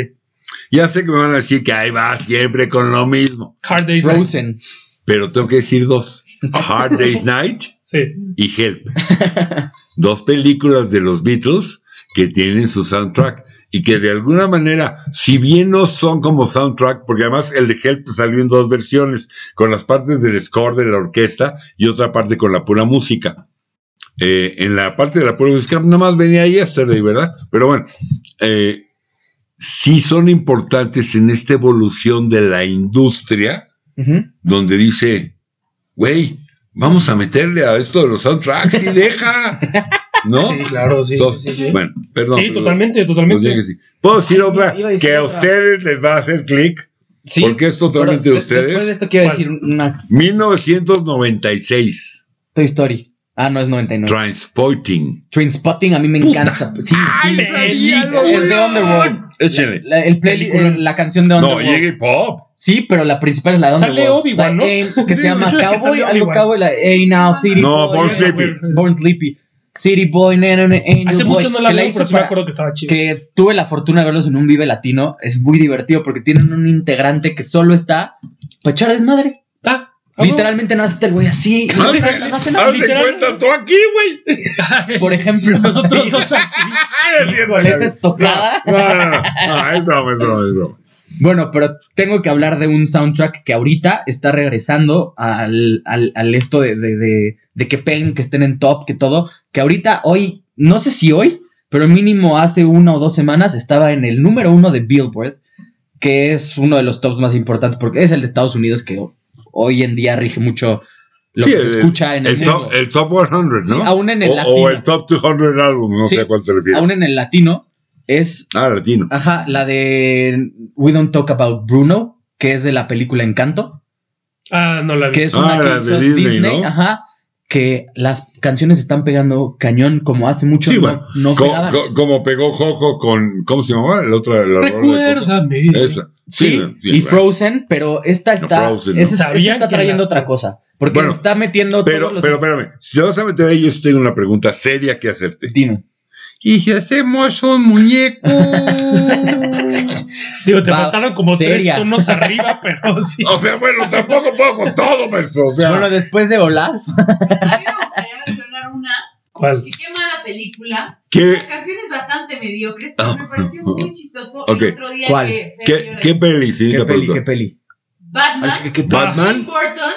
Speaker 2: Ya sé que me van a decir que ahí va siempre con lo mismo.
Speaker 3: Hard Days Night.
Speaker 1: Frozen.
Speaker 2: Pero tengo que decir
Speaker 3: *laughs*
Speaker 2: dos: Hard Day's Night
Speaker 3: Sí.
Speaker 2: y Help. *laughs* Dos películas de los Beatles que tienen su soundtrack y que de alguna manera, si bien no son como soundtrack, porque además el de Help salió en dos versiones, con las partes del score de la orquesta y otra parte con la pura música. Eh, en la parte de la pura música, nada más venía Yesterday, ¿verdad? Pero bueno, eh, sí son importantes en esta evolución de la industria
Speaker 1: Ujú.
Speaker 2: donde dice, güey, vamos a meterle a esto de los soundtracks y deja, ¿no?
Speaker 3: Sí, claro, sí.
Speaker 2: Entonces,
Speaker 3: sí, sí, sí.
Speaker 2: Bueno, perdón.
Speaker 3: sí,
Speaker 2: perdón.
Speaker 3: totalmente,
Speaker 2: Pues ya que
Speaker 3: totalmente.
Speaker 2: sí. Puedo decir otra
Speaker 5: iba a
Speaker 2: que
Speaker 5: decir
Speaker 2: a
Speaker 5: otra.
Speaker 2: ustedes les va a hacer clic,
Speaker 1: Sí.
Speaker 2: porque es totalmente
Speaker 1: Pero
Speaker 2: de
Speaker 1: de- Después de
Speaker 2: ustedes.
Speaker 1: esto quiero
Speaker 3: ¿Cuál?
Speaker 1: decir una
Speaker 2: 1996,
Speaker 1: Toy Story. Ah, no, es 99.
Speaker 2: Transporting.
Speaker 1: Trainspotting a mí me encanta. Sí,
Speaker 2: ¡Ay,
Speaker 1: sí.
Speaker 2: sabía,
Speaker 1: sí,
Speaker 2: lo
Speaker 1: es de
Speaker 2: bueno!
Speaker 1: Underworld.
Speaker 2: Échenle.
Speaker 1: La, el play,
Speaker 3: Película.
Speaker 1: eh, la canción de
Speaker 2: No,
Speaker 1: Underworld.
Speaker 2: llegue pop.
Speaker 1: Sí, pero la principal es la de
Speaker 3: Sale
Speaker 1: Underworld.
Speaker 3: Obi-Wan,
Speaker 1: La
Speaker 3: ¿no? *laughs*
Speaker 1: Ain- que se
Speaker 3: Sí,
Speaker 1: llama
Speaker 3: es la que
Speaker 1: Cowboy,
Speaker 3: sale
Speaker 1: algo
Speaker 3: Obi-Wan.
Speaker 1: Cowboy, la de Ain't Now City
Speaker 2: No,
Speaker 1: Boy.
Speaker 2: Born Sleepy.
Speaker 1: Born Sleepy. City Boy, nene, nene, ain't
Speaker 3: Hace
Speaker 1: no boy.
Speaker 3: mucho no la
Speaker 1: Que
Speaker 3: veo,
Speaker 1: hizo
Speaker 3: pero sí me
Speaker 1: para-
Speaker 3: acuerdo que estaba chido.
Speaker 1: que tuve la fortuna de verlos en un Vive Latino. Es muy divertido porque tienen un integrante que solo está para echar desmadre.
Speaker 3: Ah, ah,
Speaker 1: Literalmente no hace el güey así. y No, canta, no
Speaker 3: *laughs*
Speaker 1: hace nada.
Speaker 2: Hazte
Speaker 3: literal.
Speaker 2: cuenta tú aquí, güey.
Speaker 3: bueno.
Speaker 1: Por ejemplo,
Speaker 3: nosotros dos aquí.
Speaker 2: Ay, es
Speaker 1: con esa estocada.
Speaker 2: No, no, no, no, es broma, es broma, es broma.
Speaker 1: Bueno, pero tengo que hablar de un soundtrack que ahorita está regresando al, al, al esto de, de, de- de que peguen, que estén en top, que todo. Que ahorita, hoy, no sé si hoy, pero mínimo hace una o dos semanas estaba en el número uno de Billboard, que es uno de los tops más importantes porque es el de Estados Unidos que ho- hoy en día rige mucho lo
Speaker 2: Sí,
Speaker 1: que
Speaker 2: el-
Speaker 1: se escucha en el,
Speaker 2: El
Speaker 1: mundo.
Speaker 2: top, el top 100,
Speaker 1: Sí, ah,
Speaker 2: ¿no?
Speaker 1: aún en el
Speaker 2: o,
Speaker 1: latino.
Speaker 2: o el top 200 álbum, no
Speaker 1: Sí.
Speaker 2: sé a cuál te refieres.
Speaker 1: Aún en el latino es
Speaker 2: Ah, latino.
Speaker 1: Ajá, la de We Don't Talk About Bruno, que es de la película Encanto,
Speaker 3: Ah, no la vi.
Speaker 1: que es
Speaker 2: Ah,
Speaker 1: una
Speaker 2: la
Speaker 1: que
Speaker 2: de
Speaker 1: hizo
Speaker 2: Disney,
Speaker 1: Disney,
Speaker 2: ¿no?
Speaker 1: ajá, que las canciones están pegando cañón como hace mucho
Speaker 2: Sí,
Speaker 1: no,
Speaker 2: bueno,
Speaker 1: no
Speaker 2: Co-
Speaker 1: pegaban.
Speaker 2: co- como pegó Jojo con. ¿Cómo se llamaba? La otra. La rola
Speaker 3: Recuérdame.
Speaker 2: de Coco. Esa.
Speaker 1: sí,
Speaker 2: bueno, sí,
Speaker 1: y
Speaker 2: bueno.
Speaker 1: Frozen, pero esta está,
Speaker 2: Frozen, ¿no?
Speaker 1: es- esta
Speaker 3: Sabían
Speaker 1: está
Speaker 3: que
Speaker 1: trayendo
Speaker 3: la-
Speaker 1: otra cosa, porque
Speaker 2: Bueno,
Speaker 1: está metiendo todos
Speaker 2: Pero,
Speaker 1: los...
Speaker 2: pero espérame, si te vas a meter ahí, yo sí tengo una pregunta seria que hacerte.
Speaker 1: Dime.
Speaker 2: ¿Y si hacemos
Speaker 1: *laughs*
Speaker 2: un muñeco?
Speaker 3: Digo, te
Speaker 1: Va,
Speaker 3: faltaron como
Speaker 1: seria.
Speaker 3: tres
Speaker 1: *laughs*
Speaker 3: tonos arriba, pero sí.
Speaker 2: o sea, bueno, tampoco puedo con todo, maestro. O sea,
Speaker 1: Bueno, después de Olaf,
Speaker 4: A mí me gustaría mencionar una.
Speaker 3: ¿Cuál?
Speaker 4: que qué mala película.
Speaker 2: ¿qué, Ah.
Speaker 4: La canción es bastante mediocre, pero me pareció muy chistoso
Speaker 2: Ok.
Speaker 4: el otro día
Speaker 1: ¿Cuál?
Speaker 4: que Fer
Speaker 2: qué,
Speaker 4: lloró.
Speaker 2: qué peli? Sí,
Speaker 1: qué
Speaker 2: te
Speaker 1: peli, qué
Speaker 2: pregunto.
Speaker 1: peli.
Speaker 3: Ah,
Speaker 4: Batman,
Speaker 1: Así que, ¿qué peli? Ah,
Speaker 4: Tim
Speaker 2: ¿Batman?
Speaker 4: Burton,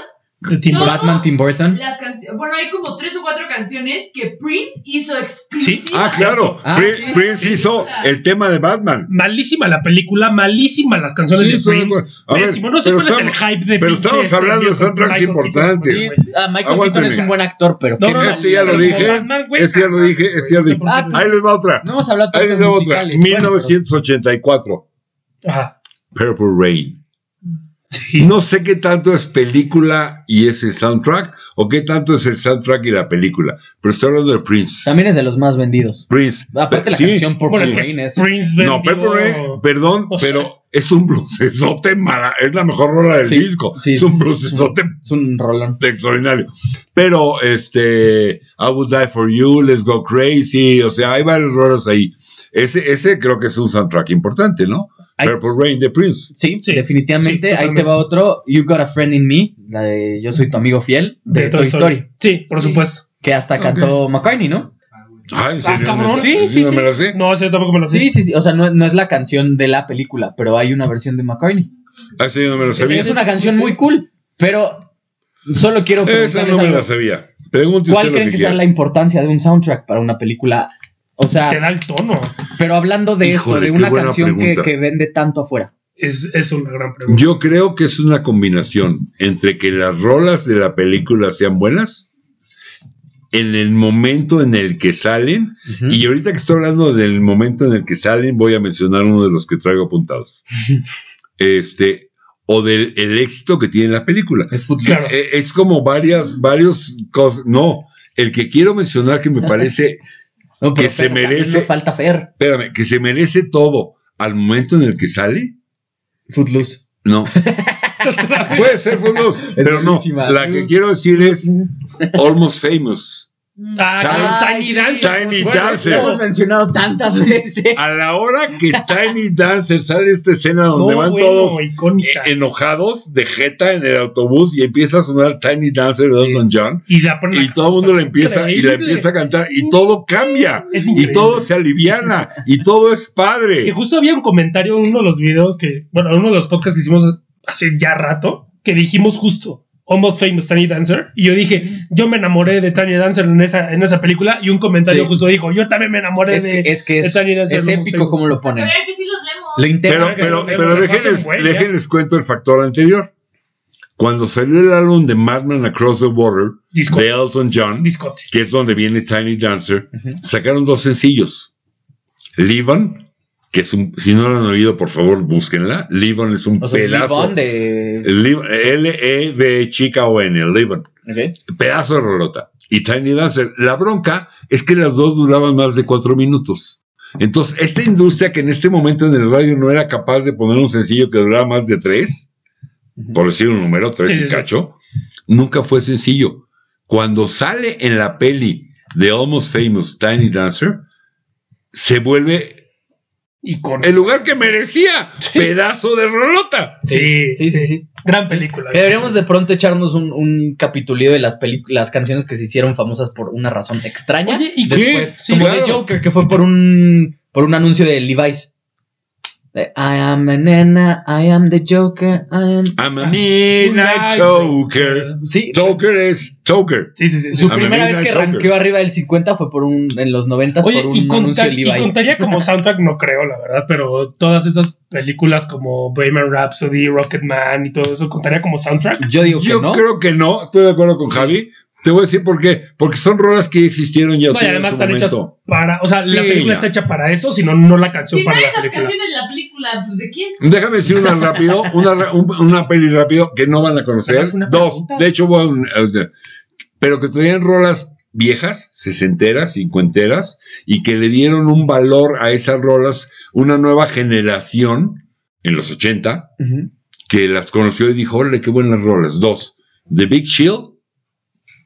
Speaker 3: De Tim Burton.
Speaker 1: Batman, Tim Burton.
Speaker 4: las canciones, bueno, hay como tres o cuatro canciones que Prince hizo
Speaker 3: Sí.
Speaker 4: exclusivas.
Speaker 2: Ah, claro.
Speaker 1: Ah,
Speaker 2: Prin-
Speaker 4: sí.
Speaker 2: Prince hizo el tema de Batman.
Speaker 3: Malísima la película, malísima las canciones
Speaker 2: Sí,
Speaker 3: de
Speaker 2: estoy de
Speaker 3: Prince.
Speaker 2: acuerdo. A ver,
Speaker 3: Pésimo. No sé
Speaker 2: pero
Speaker 3: cuál
Speaker 2: estamos-
Speaker 3: es el hype de
Speaker 2: pero
Speaker 3: pinche
Speaker 2: estamos
Speaker 3: este
Speaker 2: hablando de
Speaker 3: viejo
Speaker 2: soundtracks
Speaker 3: Michael Keaton,
Speaker 2: importantes.
Speaker 3: güey.
Speaker 1: Ah, Michael Keaton
Speaker 2: Aguántame.
Speaker 1: es un buen actor, pero
Speaker 3: No,
Speaker 1: qué
Speaker 3: no, no,
Speaker 1: mal-
Speaker 2: Este ya lo
Speaker 3: pero
Speaker 2: dije,
Speaker 3: como Batman, güey, ah,
Speaker 2: este ya lo
Speaker 3: no,
Speaker 2: dije,
Speaker 3: güey,
Speaker 2: este ya
Speaker 3: no sé
Speaker 2: dije.
Speaker 3: por qué,
Speaker 1: Ah,
Speaker 3: güey.
Speaker 2: Ahí les va otra.
Speaker 1: no hemos hablado
Speaker 2: Ahí
Speaker 1: tanto
Speaker 2: les
Speaker 1: de
Speaker 2: va otra.
Speaker 1: musicales. bueno, pero-
Speaker 2: 1984.
Speaker 3: Ajá.
Speaker 2: Purple Rain.
Speaker 3: Sí.
Speaker 2: No sé qué tanto es película y ese soundtrack, o qué tanto es el soundtrack y la película, pero estoy hablando de Prince.
Speaker 1: También es de los más vendidos.
Speaker 2: Prince.
Speaker 1: Ah, Aparte la
Speaker 2: Sí.
Speaker 1: canción por
Speaker 3: Bueno, es
Speaker 1: Rain
Speaker 3: que
Speaker 1: es
Speaker 3: Prince
Speaker 2: No, Purple
Speaker 3: vendió-
Speaker 2: Rain, perdón,
Speaker 3: O sea-
Speaker 2: pero es un bluesesote mala, es la mejor rola del
Speaker 1: Sí,
Speaker 2: disco.
Speaker 1: sí,
Speaker 2: es un
Speaker 1: sí,
Speaker 2: bluesesote
Speaker 1: Es un rolón.
Speaker 2: extraordinario. Pero este, I Would Die For You, Let's Go Crazy, o sea, hay varios rolas ahí. Ese, ese creo que es un soundtrack importante, ¿no?
Speaker 1: Ahí-
Speaker 2: Purple Rain de Prince.
Speaker 1: sí,
Speaker 3: Sí,
Speaker 1: definitivamente.
Speaker 3: sí,
Speaker 1: Ahí te
Speaker 3: totalmente.
Speaker 1: va otro. You Got a Friend in Me, la de Yo soy tu amigo fiel, de, Toy Story.
Speaker 3: Sí, por supuesto.
Speaker 1: que hasta
Speaker 2: Ok.
Speaker 1: cantó McCartney, ¿no?
Speaker 2: Ay, ¿en
Speaker 3: Ah,
Speaker 2: serio?
Speaker 3: cabrón.
Speaker 2: ¿Neta?
Speaker 1: Sí,
Speaker 2: ¿En
Speaker 1: sí,
Speaker 2: serio
Speaker 1: sí.
Speaker 2: me la sé?
Speaker 3: No, ese tampoco me lo sé.
Speaker 1: Sí, sí, sí. O sea, no, no es la canción de la película, pero hay una versión de McCartney.
Speaker 2: Ah, sí, no me la
Speaker 1: Es
Speaker 2: sabía.
Speaker 1: una canción muy cool, pero solo quiero
Speaker 2: Esa
Speaker 1: preguntarles
Speaker 2: no me
Speaker 1: algo.
Speaker 2: la sabía. Pregunte usted
Speaker 1: ¿Cuál
Speaker 2: lo
Speaker 1: creen que,
Speaker 2: que
Speaker 1: sea
Speaker 2: quiera.
Speaker 1: la importancia de un soundtrack para una película? O
Speaker 2: Ah.
Speaker 3: Te
Speaker 1: sea,
Speaker 3: da el tono.
Speaker 1: pero hablando de
Speaker 2: Híjole,
Speaker 1: esto, de
Speaker 2: qué
Speaker 1: una
Speaker 2: buena
Speaker 1: canción que,
Speaker 2: pregunta.
Speaker 1: que vende tanto afuera.
Speaker 3: Es, es una gran pregunta.
Speaker 2: Yo creo que es una combinación entre que las rolas de la película sean buenas en el momento en el que salen, y ahorita que estoy hablando del momento en el que salen, voy a mencionar uno de los que traigo apuntados. Este, o del el éxito que tiene la película.
Speaker 1: Es fútbol.
Speaker 3: Claro.
Speaker 2: Eh, Es como varias, varios cosas. No, el que quiero mencionar que me parece
Speaker 1: No, pero
Speaker 2: que se
Speaker 1: Fer, también
Speaker 2: merece-
Speaker 1: nos falta Fer.
Speaker 2: espérame, que se merece todo al momento en el que sale.
Speaker 1: Footloose.
Speaker 2: No. Puede ser Footloose, pero no.
Speaker 1: buenísima.
Speaker 2: La que quiero decir es Almost Famous.
Speaker 4: Mm.
Speaker 3: Ah,
Speaker 1: Ay,
Speaker 3: Tiny
Speaker 1: sí.
Speaker 3: Dancer.
Speaker 2: Tiny
Speaker 1: Bueno,
Speaker 2: Dancer.
Speaker 1: lo hemos mencionado tantas veces.
Speaker 2: A la hora que Tiny Dancer sale esta escena donde
Speaker 3: No,
Speaker 2: van
Speaker 3: bueno,
Speaker 2: todos eh,
Speaker 3: icónica.
Speaker 2: enojados de jeta en el autobús y empieza a sonar Tiny Dancer de Elton John
Speaker 3: y la ponen
Speaker 2: y
Speaker 3: a-
Speaker 2: todo el mundo la empieza y la
Speaker 3: increíble.
Speaker 2: empieza a cantar y todo cambia
Speaker 3: Es
Speaker 2: y eh.
Speaker 3: increíble.
Speaker 2: todo se aliviana y todo es
Speaker 3: Que
Speaker 2: padre.
Speaker 3: justo había un comentario en uno de los videos que, bueno, en uno de los podcasts que hicimos hace ya rato, que dijimos justo Almost Famous Tiny Dancer. Y yo dije, yo me enamoré de Tiny Dancer en esa, en esa película. Y un comentario
Speaker 1: Sí.
Speaker 3: justo dijo, yo también me enamoré
Speaker 1: Es que
Speaker 3: de.
Speaker 1: es, que es-
Speaker 3: Tiny Dancer
Speaker 1: es
Speaker 3: lo hemos
Speaker 1: épico
Speaker 3: visto.
Speaker 1: como lo ponen.
Speaker 4: Pero es que sí los leemos.
Speaker 1: Lo intentan.
Speaker 2: Pero,
Speaker 3: que
Speaker 2: pero,
Speaker 3: lo vemos,
Speaker 2: pero
Speaker 3: lo pasen,
Speaker 2: déjenles,
Speaker 3: güey,
Speaker 2: déjenles cuento el factor anterior. Cuando salió el álbum de Madman Across the Water
Speaker 3: Disco,
Speaker 2: de Elton John,
Speaker 3: discote.
Speaker 2: que es donde viene Tiny Dancer,
Speaker 1: Ujú.
Speaker 2: sacaron dos sencillos. Live On, que es un, si no la han oído, por favor, búsquenla. Live On es un
Speaker 1: O sea, es
Speaker 2: pedazo.
Speaker 1: Livon de.
Speaker 2: L-E-V E chica o N, Live On.
Speaker 1: Ok.
Speaker 2: Pedazo de rolota. Y Tiny Dancer. La bronca es que las dos duraban más de cuatro minutos. Entonces, esta industria que en este momento en el radio no era capaz de poner un sencillo que duraba más de tres,
Speaker 1: Ujú.
Speaker 2: por decir un número, tres
Speaker 3: Sí,
Speaker 2: y
Speaker 3: sí, sí.
Speaker 2: cacho, nunca fue sencillo. Cuando sale en la peli de Almost Famous Tiny Dancer, se vuelve
Speaker 3: Y con.
Speaker 2: el lugar que merecía, pedazo de rolota.
Speaker 3: Sí,
Speaker 1: Sí, sí, sí.
Speaker 3: Gran película.
Speaker 1: Que deberíamos de pronto echarnos un, un capitulillo de las pelic- las canciones que se hicieron famosas por una razón extraña.
Speaker 3: Oye, ¿y
Speaker 2: qué?
Speaker 1: Después,
Speaker 2: Sí,
Speaker 1: como de
Speaker 2: claro.
Speaker 1: Joker, que fue por un por un anuncio de Levi's. De, I am a nena, I am the Joker, I am-".
Speaker 2: I'm
Speaker 3: Ah,
Speaker 2: a midnight toker.
Speaker 1: Sí,
Speaker 2: Toker es toker.
Speaker 3: Sí, sí, sí. sí.
Speaker 1: su
Speaker 2: I'm a
Speaker 1: primera vez
Speaker 2: midnight
Speaker 1: que
Speaker 2: Joker.
Speaker 1: ranqueó arriba del 50 fue por un en los 90
Speaker 3: Oye,
Speaker 1: por un
Speaker 3: y,
Speaker 1: anuncio
Speaker 3: contar-
Speaker 1: de
Speaker 3: y
Speaker 1: Levi's.
Speaker 3: contaría
Speaker 1: *laughs*
Speaker 3: como soundtrack, no creo, la verdad, pero todas esas películas como Bohemian Rhapsody, Rocketman y todo eso, ¿contaría como soundtrack?
Speaker 1: Yo digo
Speaker 2: Yo
Speaker 1: que no.
Speaker 2: creo que no, estoy de acuerdo con Javi. Te voy a decir por qué. Porque son rolas que ya existieron ya.
Speaker 3: No, y además están hechas para. O sea,
Speaker 2: Sí,
Speaker 3: la película
Speaker 2: ya.
Speaker 3: está hecha para eso, sino no la canción
Speaker 4: Si no
Speaker 3: para
Speaker 4: hay
Speaker 3: la
Speaker 4: esas
Speaker 3: película.
Speaker 4: canciones en la película, pues ¿de quién?
Speaker 2: Déjame decir una rápido, una, ra- un- una peli rápido que no van a conocer.
Speaker 1: ¿Hagas una
Speaker 2: Dos,
Speaker 1: pregunta?
Speaker 2: de hecho, voy a un- a un- pero que tenían rolas viejas, sesenteras, cincuenteras, y que le dieron un valor a esas rolas, una nueva generación en los 80
Speaker 1: Ujú.
Speaker 2: que las conoció y dijo, órale, qué buenas rolas. Dos, The Big Chill.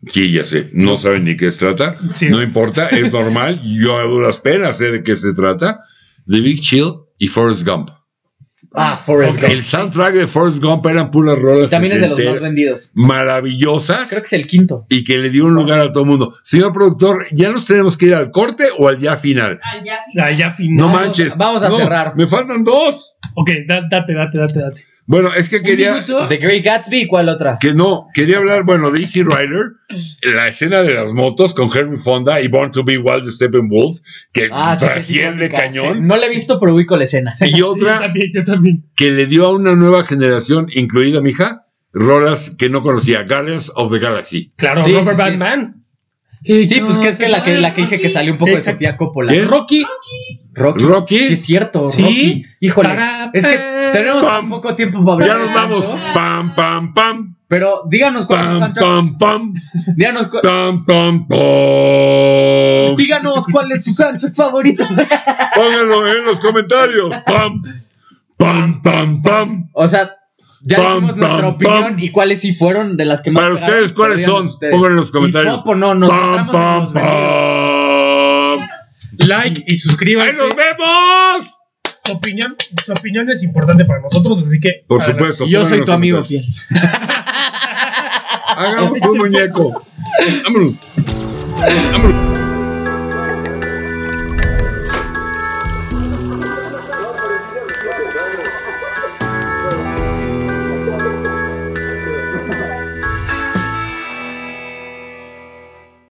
Speaker 2: Sí, ya sé, no saben ni qué se trata.
Speaker 3: Sí.
Speaker 2: No importa, es normal. Yo a duras penas sé de qué se trata. The Big Chill y Forrest Gump.
Speaker 1: Ah, Forrest
Speaker 3: Ok.
Speaker 1: Gump.
Speaker 2: El soundtrack de Forrest Gump eran puras rolas.
Speaker 1: También es de los más
Speaker 2: sesenteras,
Speaker 1: vendidos.
Speaker 2: maravillosas
Speaker 1: Creo que es el quinto.
Speaker 2: y que le dio un lugar a todo el mundo. Señor productor, ¿ya nos tenemos que ir al corte o al ya final?
Speaker 4: Ah, ya, sí.
Speaker 3: Ah, ya final.
Speaker 2: No
Speaker 1: Vamos-
Speaker 2: manches.
Speaker 1: vamos a
Speaker 2: No,
Speaker 1: cerrar.
Speaker 2: Me faltan dos.
Speaker 3: Ok, da- date, date, date, date.
Speaker 2: Bueno, es que quería
Speaker 1: The Great Gatsby, ¿y ¿cuál otra?
Speaker 2: que no, quería hablar, bueno, de Easy Rider, la escena de las motos con Henry Fonda y Born to be Wild de Steppenwolf, que
Speaker 1: Ah, sí, que es
Speaker 2: trasciende
Speaker 1: icónica. Sí,
Speaker 2: cañón,
Speaker 1: No la he visto, pero ubico la escena.
Speaker 2: y
Speaker 3: Sí, yo
Speaker 2: otra
Speaker 3: también, yo también.
Speaker 2: que le dio a una nueva generación, incluida mi hija, rolas que no conocía, Guardians of the Galaxy.
Speaker 3: Claro,
Speaker 1: Sí, sí,
Speaker 3: Robert
Speaker 1: sí.
Speaker 3: Batman.
Speaker 1: Sí, pues que es que la que, la que dije que salió un poco
Speaker 3: Sí,
Speaker 1: de
Speaker 3: exacto.
Speaker 1: Sofía Coppola.
Speaker 2: ¿Quién?
Speaker 1: Rocky. Rocky. Sí,
Speaker 2: Rocky,
Speaker 1: es cierto,
Speaker 3: Sí.
Speaker 1: Rocky. Híjole.
Speaker 3: Para-
Speaker 1: Es que tenemos
Speaker 2: Pam.
Speaker 1: poco tiempo para hablar.
Speaker 2: ya
Speaker 1: de
Speaker 2: nos
Speaker 1: esto,
Speaker 2: vamos, pam, pam, pam,
Speaker 1: Pero díganos cuál es su
Speaker 2: pam,
Speaker 1: soundtrack.
Speaker 2: pam, pam,
Speaker 1: Díganos, cu-
Speaker 2: pam,
Speaker 1: *laughs*
Speaker 2: pam, pam.
Speaker 1: díganos cuál es su soundtrack favorito.
Speaker 2: Pónganlo en los comentarios, pam, pam, pam, pam.
Speaker 1: O sea, ya
Speaker 2: Pam,
Speaker 1: dijimos nuestra
Speaker 2: pam,
Speaker 1: opinión
Speaker 2: pam.
Speaker 1: y cuáles sí fueron de las que más.
Speaker 2: Para
Speaker 1: pegaron,
Speaker 2: ustedes,
Speaker 1: pero
Speaker 2: ¿cuáles
Speaker 1: díganos
Speaker 2: son?
Speaker 1: ustedes.
Speaker 2: Pónganlo en los
Speaker 1: Y
Speaker 2: comentarios.
Speaker 1: Popo, no, nos
Speaker 2: ¡Pam,
Speaker 1: centramos en
Speaker 2: pam,
Speaker 1: los vendidos.
Speaker 2: pam!
Speaker 3: Like y suscríbanse.
Speaker 2: ¡Ahí nos vemos!
Speaker 3: Su opinión, su opinión es importante para nosotros, así que.
Speaker 2: Por
Speaker 3: adelante.
Speaker 2: supuesto.
Speaker 1: Y Yo soy tu amigo
Speaker 2: Pónganlo
Speaker 1: fiel. *laughs*
Speaker 2: en los comentarios. Hagamos un muñeco. Vámonos.